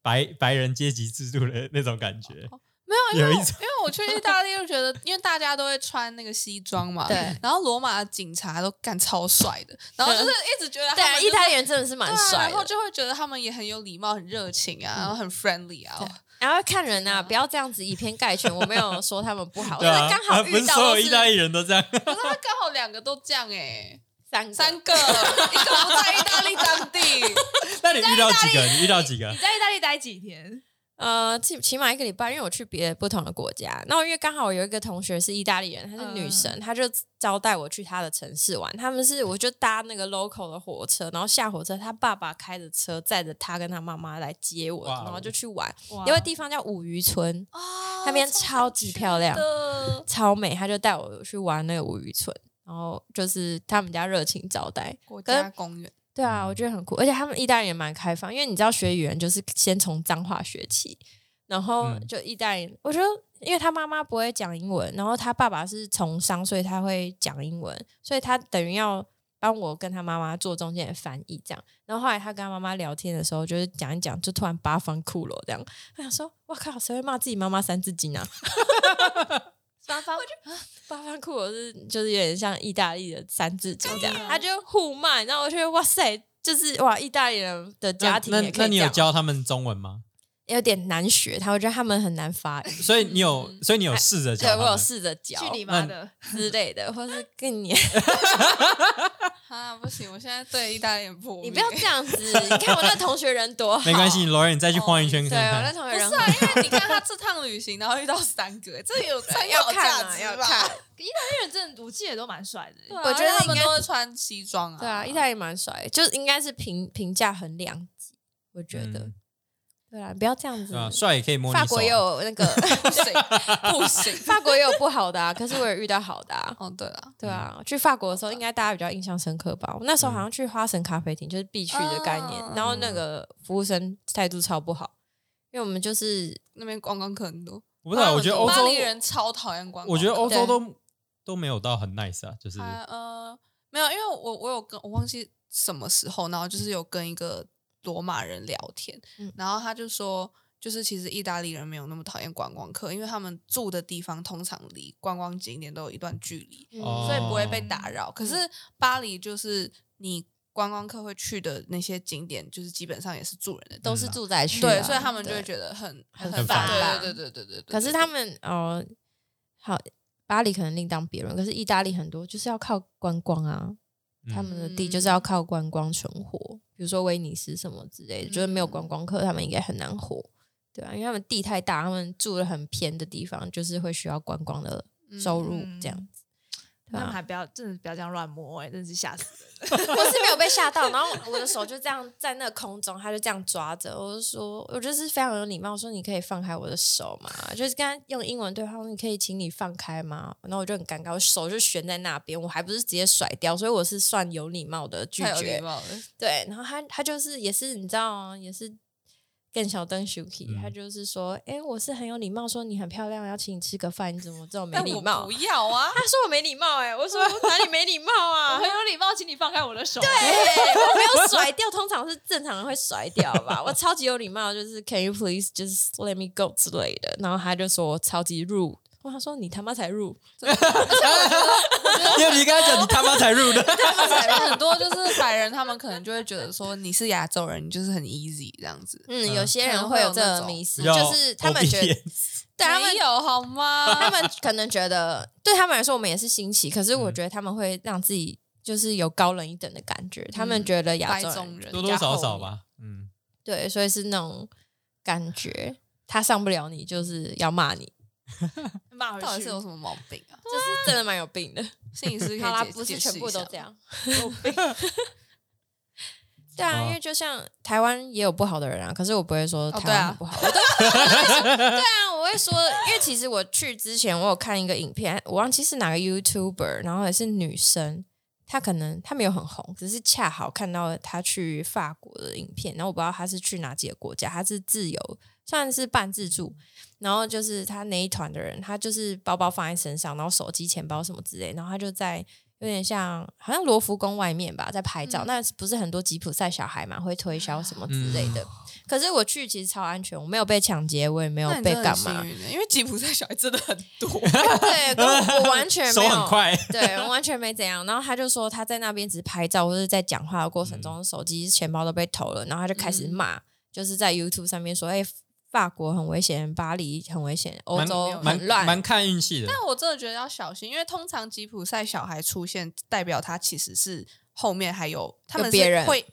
白白人阶级制度的那种感觉，哦没有，因为有一我种因为我去意大利就觉得，因为大家都会穿那个西装嘛，对然后罗马的警察都干超帅的，然后就是一直觉得他对啊，们就是意大利人真的是蛮对啊帅然后的。嗯就会觉得他们也很有礼貌、很热情啊，然后很 friendly 啊对。然后看人啊，不要这样子以偏概全。我没有说他们不好，对但啊是刚，好啊不遇是到所都有意大是利人都这样， 可是他们刚好两个都这样哎，三个三个，一个不在意大利当地，那你遇到几 个？你遇到几个 你？在意大利待几天？呃，起起码一个礼拜，因为我去别的不同的国家。那我因为刚好有一个同学是意大利人，她是女嗯生，她、就招待我去她的城市玩。他们是我就搭那个 local 的火车，然后下火车，她爸爸开着车载着她跟她妈妈来接我，哇哦哦然后就去玩。哇哦有个地方叫五渔村，啊那边超级漂亮超想去 的超美，她就带我去玩那个五渔村，然后就是他们家热情招待。 国可家是公园，对啊，我觉得很酷，而且他们意大利人蛮开放，因为你知道学语言就是先从脏话学起，然后嗯就意大利人，我觉得因为他妈妈不会讲英文，然后他爸爸是从商，所以他会讲英文，所以他等于要帮我跟他妈妈做中间的翻译这样。然后后来他跟他妈妈聊天的时候，就是讲一讲，就突然八方骷髅这样，我想说，哇靠，谁会骂自己妈妈三字经啊？双方八方骷髅是就是有点像意大利的哦三字经这样真的，他就互骂，然后我觉得哇塞，就是哇，意大利人的那家庭那也可那以你这有样，教他们中文吗？有点难学，他我觉得他们很难发 音，所以你有，所以你有试着教嗯哎对他们我有试着教去嗯你妈的！之类的，或是跟你，啊，不行，我现在对意大利人不， 你不要这样子， 你看我那同学人多好，没关系，你罗你再去晃一圈对看我那看。同不学人是很啊，好。因为你看他这趟旅行，然后遇到三个，这有参要考看价啊要值吧看？意大利人真的，我记得都蛮帅的。对啊我觉得因为他们应该都会穿西装啊。对啊，意大利人蛮帅，就是应该是评评价很两极，我觉得嗯。对啊，不要这样子对。啊，帅也可以摸你法手国也啊。有那个， 不行不 行。法国也有不好的啊，可是我也遇到好的啊。哦，对了，对啊，去法国的时候，应该大家比较印象深刻吧？我那时候好像去花神咖啡厅，就是必去的概念。嗯然后那个服务生态度超不好，因为我们就是那边观光客很多，我不知道，啊我觉得欧巴洲黎，人超讨厌观光客。我觉得欧对洲都都没有到很 nice 啊，就是嗯他呃没有，因为我我有跟我忘记什么时候，然后就是有跟一个罗马人聊天，嗯然后他就说，就是其实意大利人没有那么讨厌观光客，因为他们住的地方通常离观光景点都有一段距离，哦所以不会被打扰。嗯可是巴黎就是你观光客会去的那些景点，就是基本上也是住人的地都方，是住宅区啊，对，所以他们就会对觉得很很烦烦。对对对对对对对。可是他们哦、呃好，巴黎可能另当别论，可是意大利很多就是要靠观光啊，他们的地就是要靠观光存活，比如说威尼斯什么之嗯类的，就是没有观光客，他们应该很难活，对啊，因为他们地太大，他们住的很偏的地方，就是会需要观光的收入嗯这样子。 对他们啊，还不要，真的不要这样乱摸，哎，真是吓死人！我是没有被吓到，然后我的手就这样在那个空中，他就这样抓着，我就说，我就是非常有礼貌，我说你可以放开我的手嘛，就是跟他用英文对话，我说你可以请你放开吗？然后我就很尴尬，我手就悬在那边，我还不是直接甩掉，所以我是算有礼貌的拒太有礼绝，貌了，对，然后他他就是也是你知道、啊、也是更小灯 Shuki，、嗯他就是说，哎、我是很有礼貌，说你很漂亮，要请你吃个饭，你怎么这么没但礼我貌不？要啊！他说我没礼貌、哎，我说我哪里没礼貌我啊？很有礼貌，请你放开我的手。对，哎我没有甩掉，通常是正常人会甩掉 吧。我超级有礼貌，就是 Can you please just let me go 之类的。然后他就说我超级 rude，哇他说你他妈才 rude， 因为你刚才讲你他妈才入 的，而且很多就是白人，他们可能就会觉得说你是亚洲人，你就是很 easy 这样子。嗯，嗯有些人可能会会有有这那个种迷思，比较就是他们觉得 obedience 对他们没有好吗？他们可能觉得对他们来说，我们也是新奇，可是嗯我觉得他们会让自己就是有高人一等的感觉。他们觉得亚嗯白洲种人多多少少，吧，嗯，对，所以是那种感觉，他上不了你就是要骂你，人骂回家到底去是 有什么毛病啊？就是真的蛮有病的。心理师好啦可，以不解是解释全部一下都吗这样。对啊，哦因为就像台湾也有不好的人啊，可是我不会说哦台湾很不好，我都 我都会说对啊，我会说，因为其实我去之前我有看一个影片，我忘记是哪个 YouTuber，然后也是女生，她可能她没有很红，只是恰好看到她去法国的影片，然后我不知道她是去哪几个国家，她是自由算是半自助，然后就是他那一团的人，他就是包包放在身上，然后手机、钱包什么之类，然后他就在有点像好像罗浮宫外面吧，在拍照。嗯那不是很多吉普赛小孩嘛，会推销什么之类嗯的。可是我去其实超安全，我没有被抢劫，我也没有那你被真的干很嘛幸。运欸因为吉普赛小孩真的很多， 对，跟我我完全手没有。很快，对，完全没怎样。然后他就说他在那边只是拍照或者在讲话的过程嗯中，手机、钱包都被偷了，然后他就开始骂，就是在 YouTube 上面说：“哎、法国很危险，巴黎很危险，欧蛮洲蛮很乱。蛮看运气的。 但我真的觉得要小心，因为通常吉普赛小孩出现，代表他其实是后面还有他们是别人会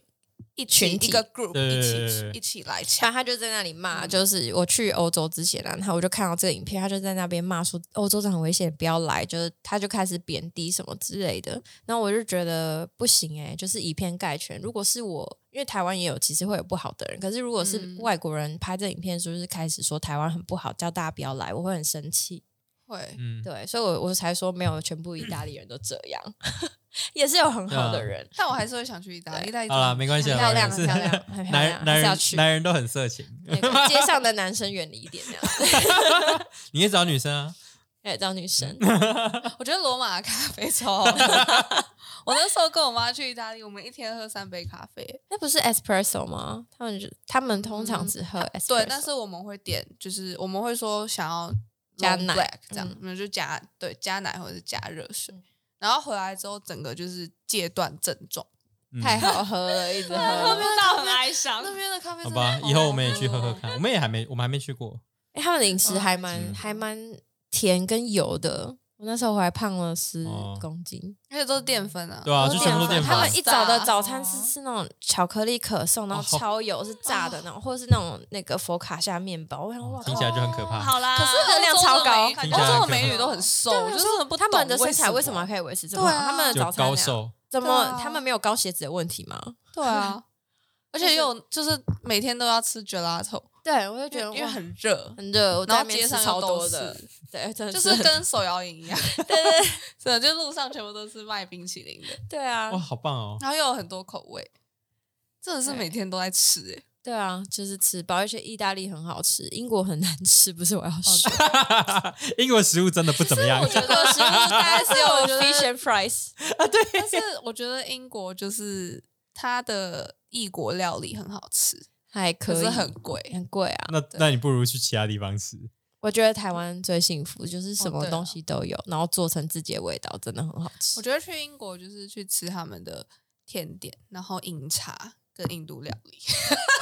一起群体一个 group 对一对对起对一起来”反抢正。他就在那里骂，嗯就是我去欧洲之前啊，然后我就看到这个影片，他就在那边骂说欧洲真的很危险，不要来，就是他就开始贬低什么之类的。然后我就觉得不行哎、就是以偏概全。如果是我，因为台湾也有其实会有不好的人，可是如果是嗯外国人拍这影片，就是开始说台湾很不好，叫大家不要来，我会很生气。会，嗯，对，所以我我才说没有全部意大利人都这样， 也是有很好的人。但我还是会想去意大利。对意大利好啦，没关系啦，很漂亮反啊正是很漂 亮很漂亮男还男是要人去男人都很色情，那个街上的男生远离一点，这样 你也找女生啊？哎，当女生。我觉得罗马的咖啡超好喝。 我那时候跟我妈去意大利，我们一天喝三杯咖啡。那不是 espresso 吗？他们就他们通常只喝 espresso，、对，但是我们会点，就是我们会说想要加 long 奶 black 这样嗯，我们就加对加奶或者是加热水嗯。然后回来之后，整个就是戒断症状。嗯太好喝了，一直喝喝 不。到很哀嗯伤那。边的咖啡好真的吧，以后我们也去喝哦喝好看，我们也还没，我们还没去过。哎，他们的饮食还蛮、嗯还蛮甜跟油的。我那时候我还胖了十哦公斤，而且都是淀粉啊。对啊，都就是全部都淀淀粉啊他粉们。一早的炸早餐是哦吃那种巧克力可颂，然后哦超油，是炸的那种，或者是那种那个佛卡夏面包。我想哇听靠起，来就很可怕。好啦，可是热量超高欧洲啊听起来很的可啊怕美女都很瘦，对啊我我就说真的不他们的懂身材为为什么可以维持这对么好？啊他们的就早高餐量瘦，怎对么啊他们没有高血脂的问题吗？对 啊，而且又就是每天都要吃 gelato，对，我就觉因得为因为哇很热，很热，我在然后那边街吃上超又都多的是，对，真的就是 跟手摇饮一样，对对 真的就路上全部都是卖冰淇淋的，对啊哇，，好棒哦！然后又有很多口味，真的是对每天都在吃欸诶、对啊，就是吃饱，而且意大利很好吃，英国很难吃，不是我要说。 英国食物真的不 怎么样我。觉得食物大概只 有 fish and fries，但是我觉得英国就是它的异国料理很好吃，还可可以，是很贵。很贵啊。那 那你不如去其他地方吃。我觉得台湾最幸福就是什哦么对啊东西都有，然后做成自己的味道，真的很好吃我。觉得去英国就是去吃他们的甜点，然后饮茶跟印度料理。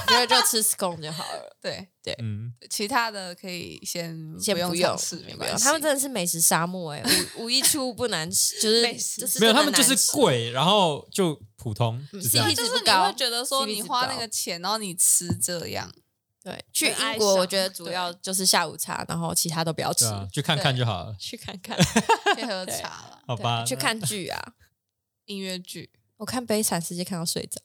我觉得就吃 scone 就好了，对，嗯，其他的可以先先不不用用尝试，没没关有系。他们真的是美食沙漠 哎，无无一处不难吃，就是美食就是没有，真的他们就是难吃贵，然后就普通，嗯就这样 CP 就值是不你高会觉得说 CP 你值花高那个钱，然后你吃这 样，对，去爱英国我上觉得主对要就是下午茶，然后其他都不要吃对，啊，去看看就好了，去看看，去喝对茶了，好吧？对去看剧啊。音乐剧。我看《悲惨世界》看到睡着，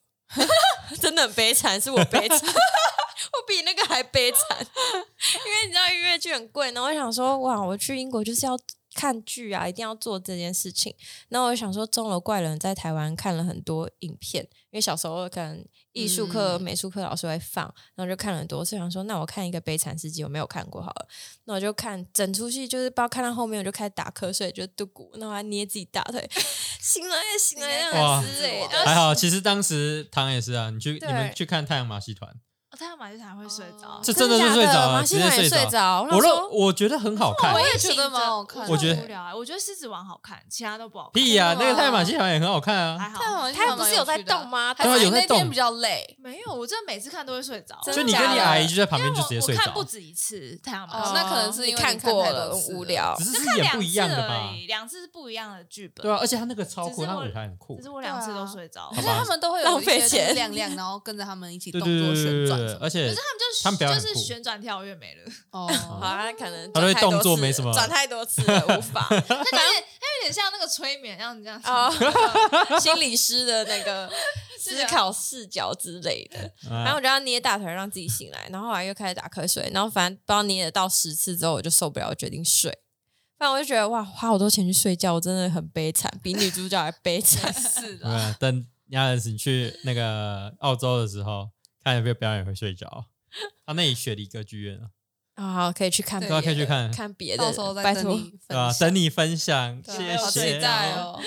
真的很悲惨，是我悲惨， 我比那个还悲惨，因为你知道音乐剧很贵，然后我想说，哇，我去英国就是要看剧啊，一定要做这件事情。然后我想说，《钟楼怪人》在台湾看了很多影片，因为小时候可能艺术课、嗯美术课老师会放，然后就看了很多，所以想说，那我看一个《悲惨世界》，我没有看过好了。那我就看整出戏，就是不知道看到后面我就开始打瞌睡，就嘟咕，然后还捏自己大腿， 醒了也醒了，应该那是样子哎哇，然后还好，其实当时唐也是啊，你去对你们去看太阳马戏团，哦太阳马戏团会睡着哦，这真真的是假的睡着马了，戏直接团也睡睡着我我想说说我觉得很好看，也觉得蛮好看的我觉得无聊啊。我觉得狮子王好看，其他都不好看。屁呀，真的那个吗太阳马戏团也很好看啊还。好。太阳马戏团他不蛮是有在趣的啊动吗还对啊是有你在那天动比较累，没有，我真的每次看都会睡着。真就的你跟假你的阿姨就在旁因为边就直接我睡我看着不，止一次《太阳马哦戏那可能是因为你看你看过太多了，次很无了聊只。是就是看演两不次一样的吧而？已，两次是不一样的剧本。对啊，而且他那个超只是酷，他我舞台很酷只。是我两次对啊都睡着可了。是好吧他们都会有浪一些费就是钱亮亮，然后跟着他们一起对动对对作对对旋转对，什对么而的。且 可是他们就是他们表演就很是酷旋转跳跃没了，好哦，好，那可能他对转太多动作次没了什么转太多次了，无法他有点他有点像那个催眠，让你这样啊，心理师的那个思考视角之类的。然后啊我就要捏大腿让自己醒来，然后后来又开始打瞌睡，然后反正不知道捏了到十次之后，我就受不了，我决定睡。反正我就觉得哇，花好多钱去睡觉，我真的很悲惨，比女主角还 悲惨。 是对啊，等亚伦斯你去那个澳洲的时候，看有没有表演会睡着。他那里雪梨歌剧院啊，啊、好，可以去看别对的，可以去看看别的到时候，再拜托跟。你对吧？等你分享，对谢啊好谢期待。哦！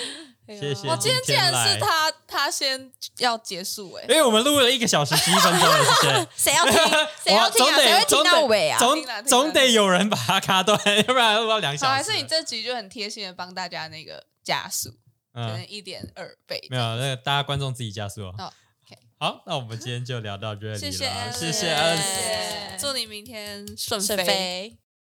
谢谢我今天竟然来是他，他先要结束哎因，为我们录了一个小时十一分钟了， 谢谢。谁 要听？谁哇要听总啊？得谁会听总到得尾啊？总听啦听啦总得有人把它卡断， 要不然录到两小好，时。还是你这局就很贴心的帮大家那个加速，可能嗯，一点二倍。没有，那个大家观众自己加速哦。哦，OK 好，那我们今天就聊到这里了，谢谢 Alex，谢谢安 Alex 斯祝你明天顺沈飞。飞。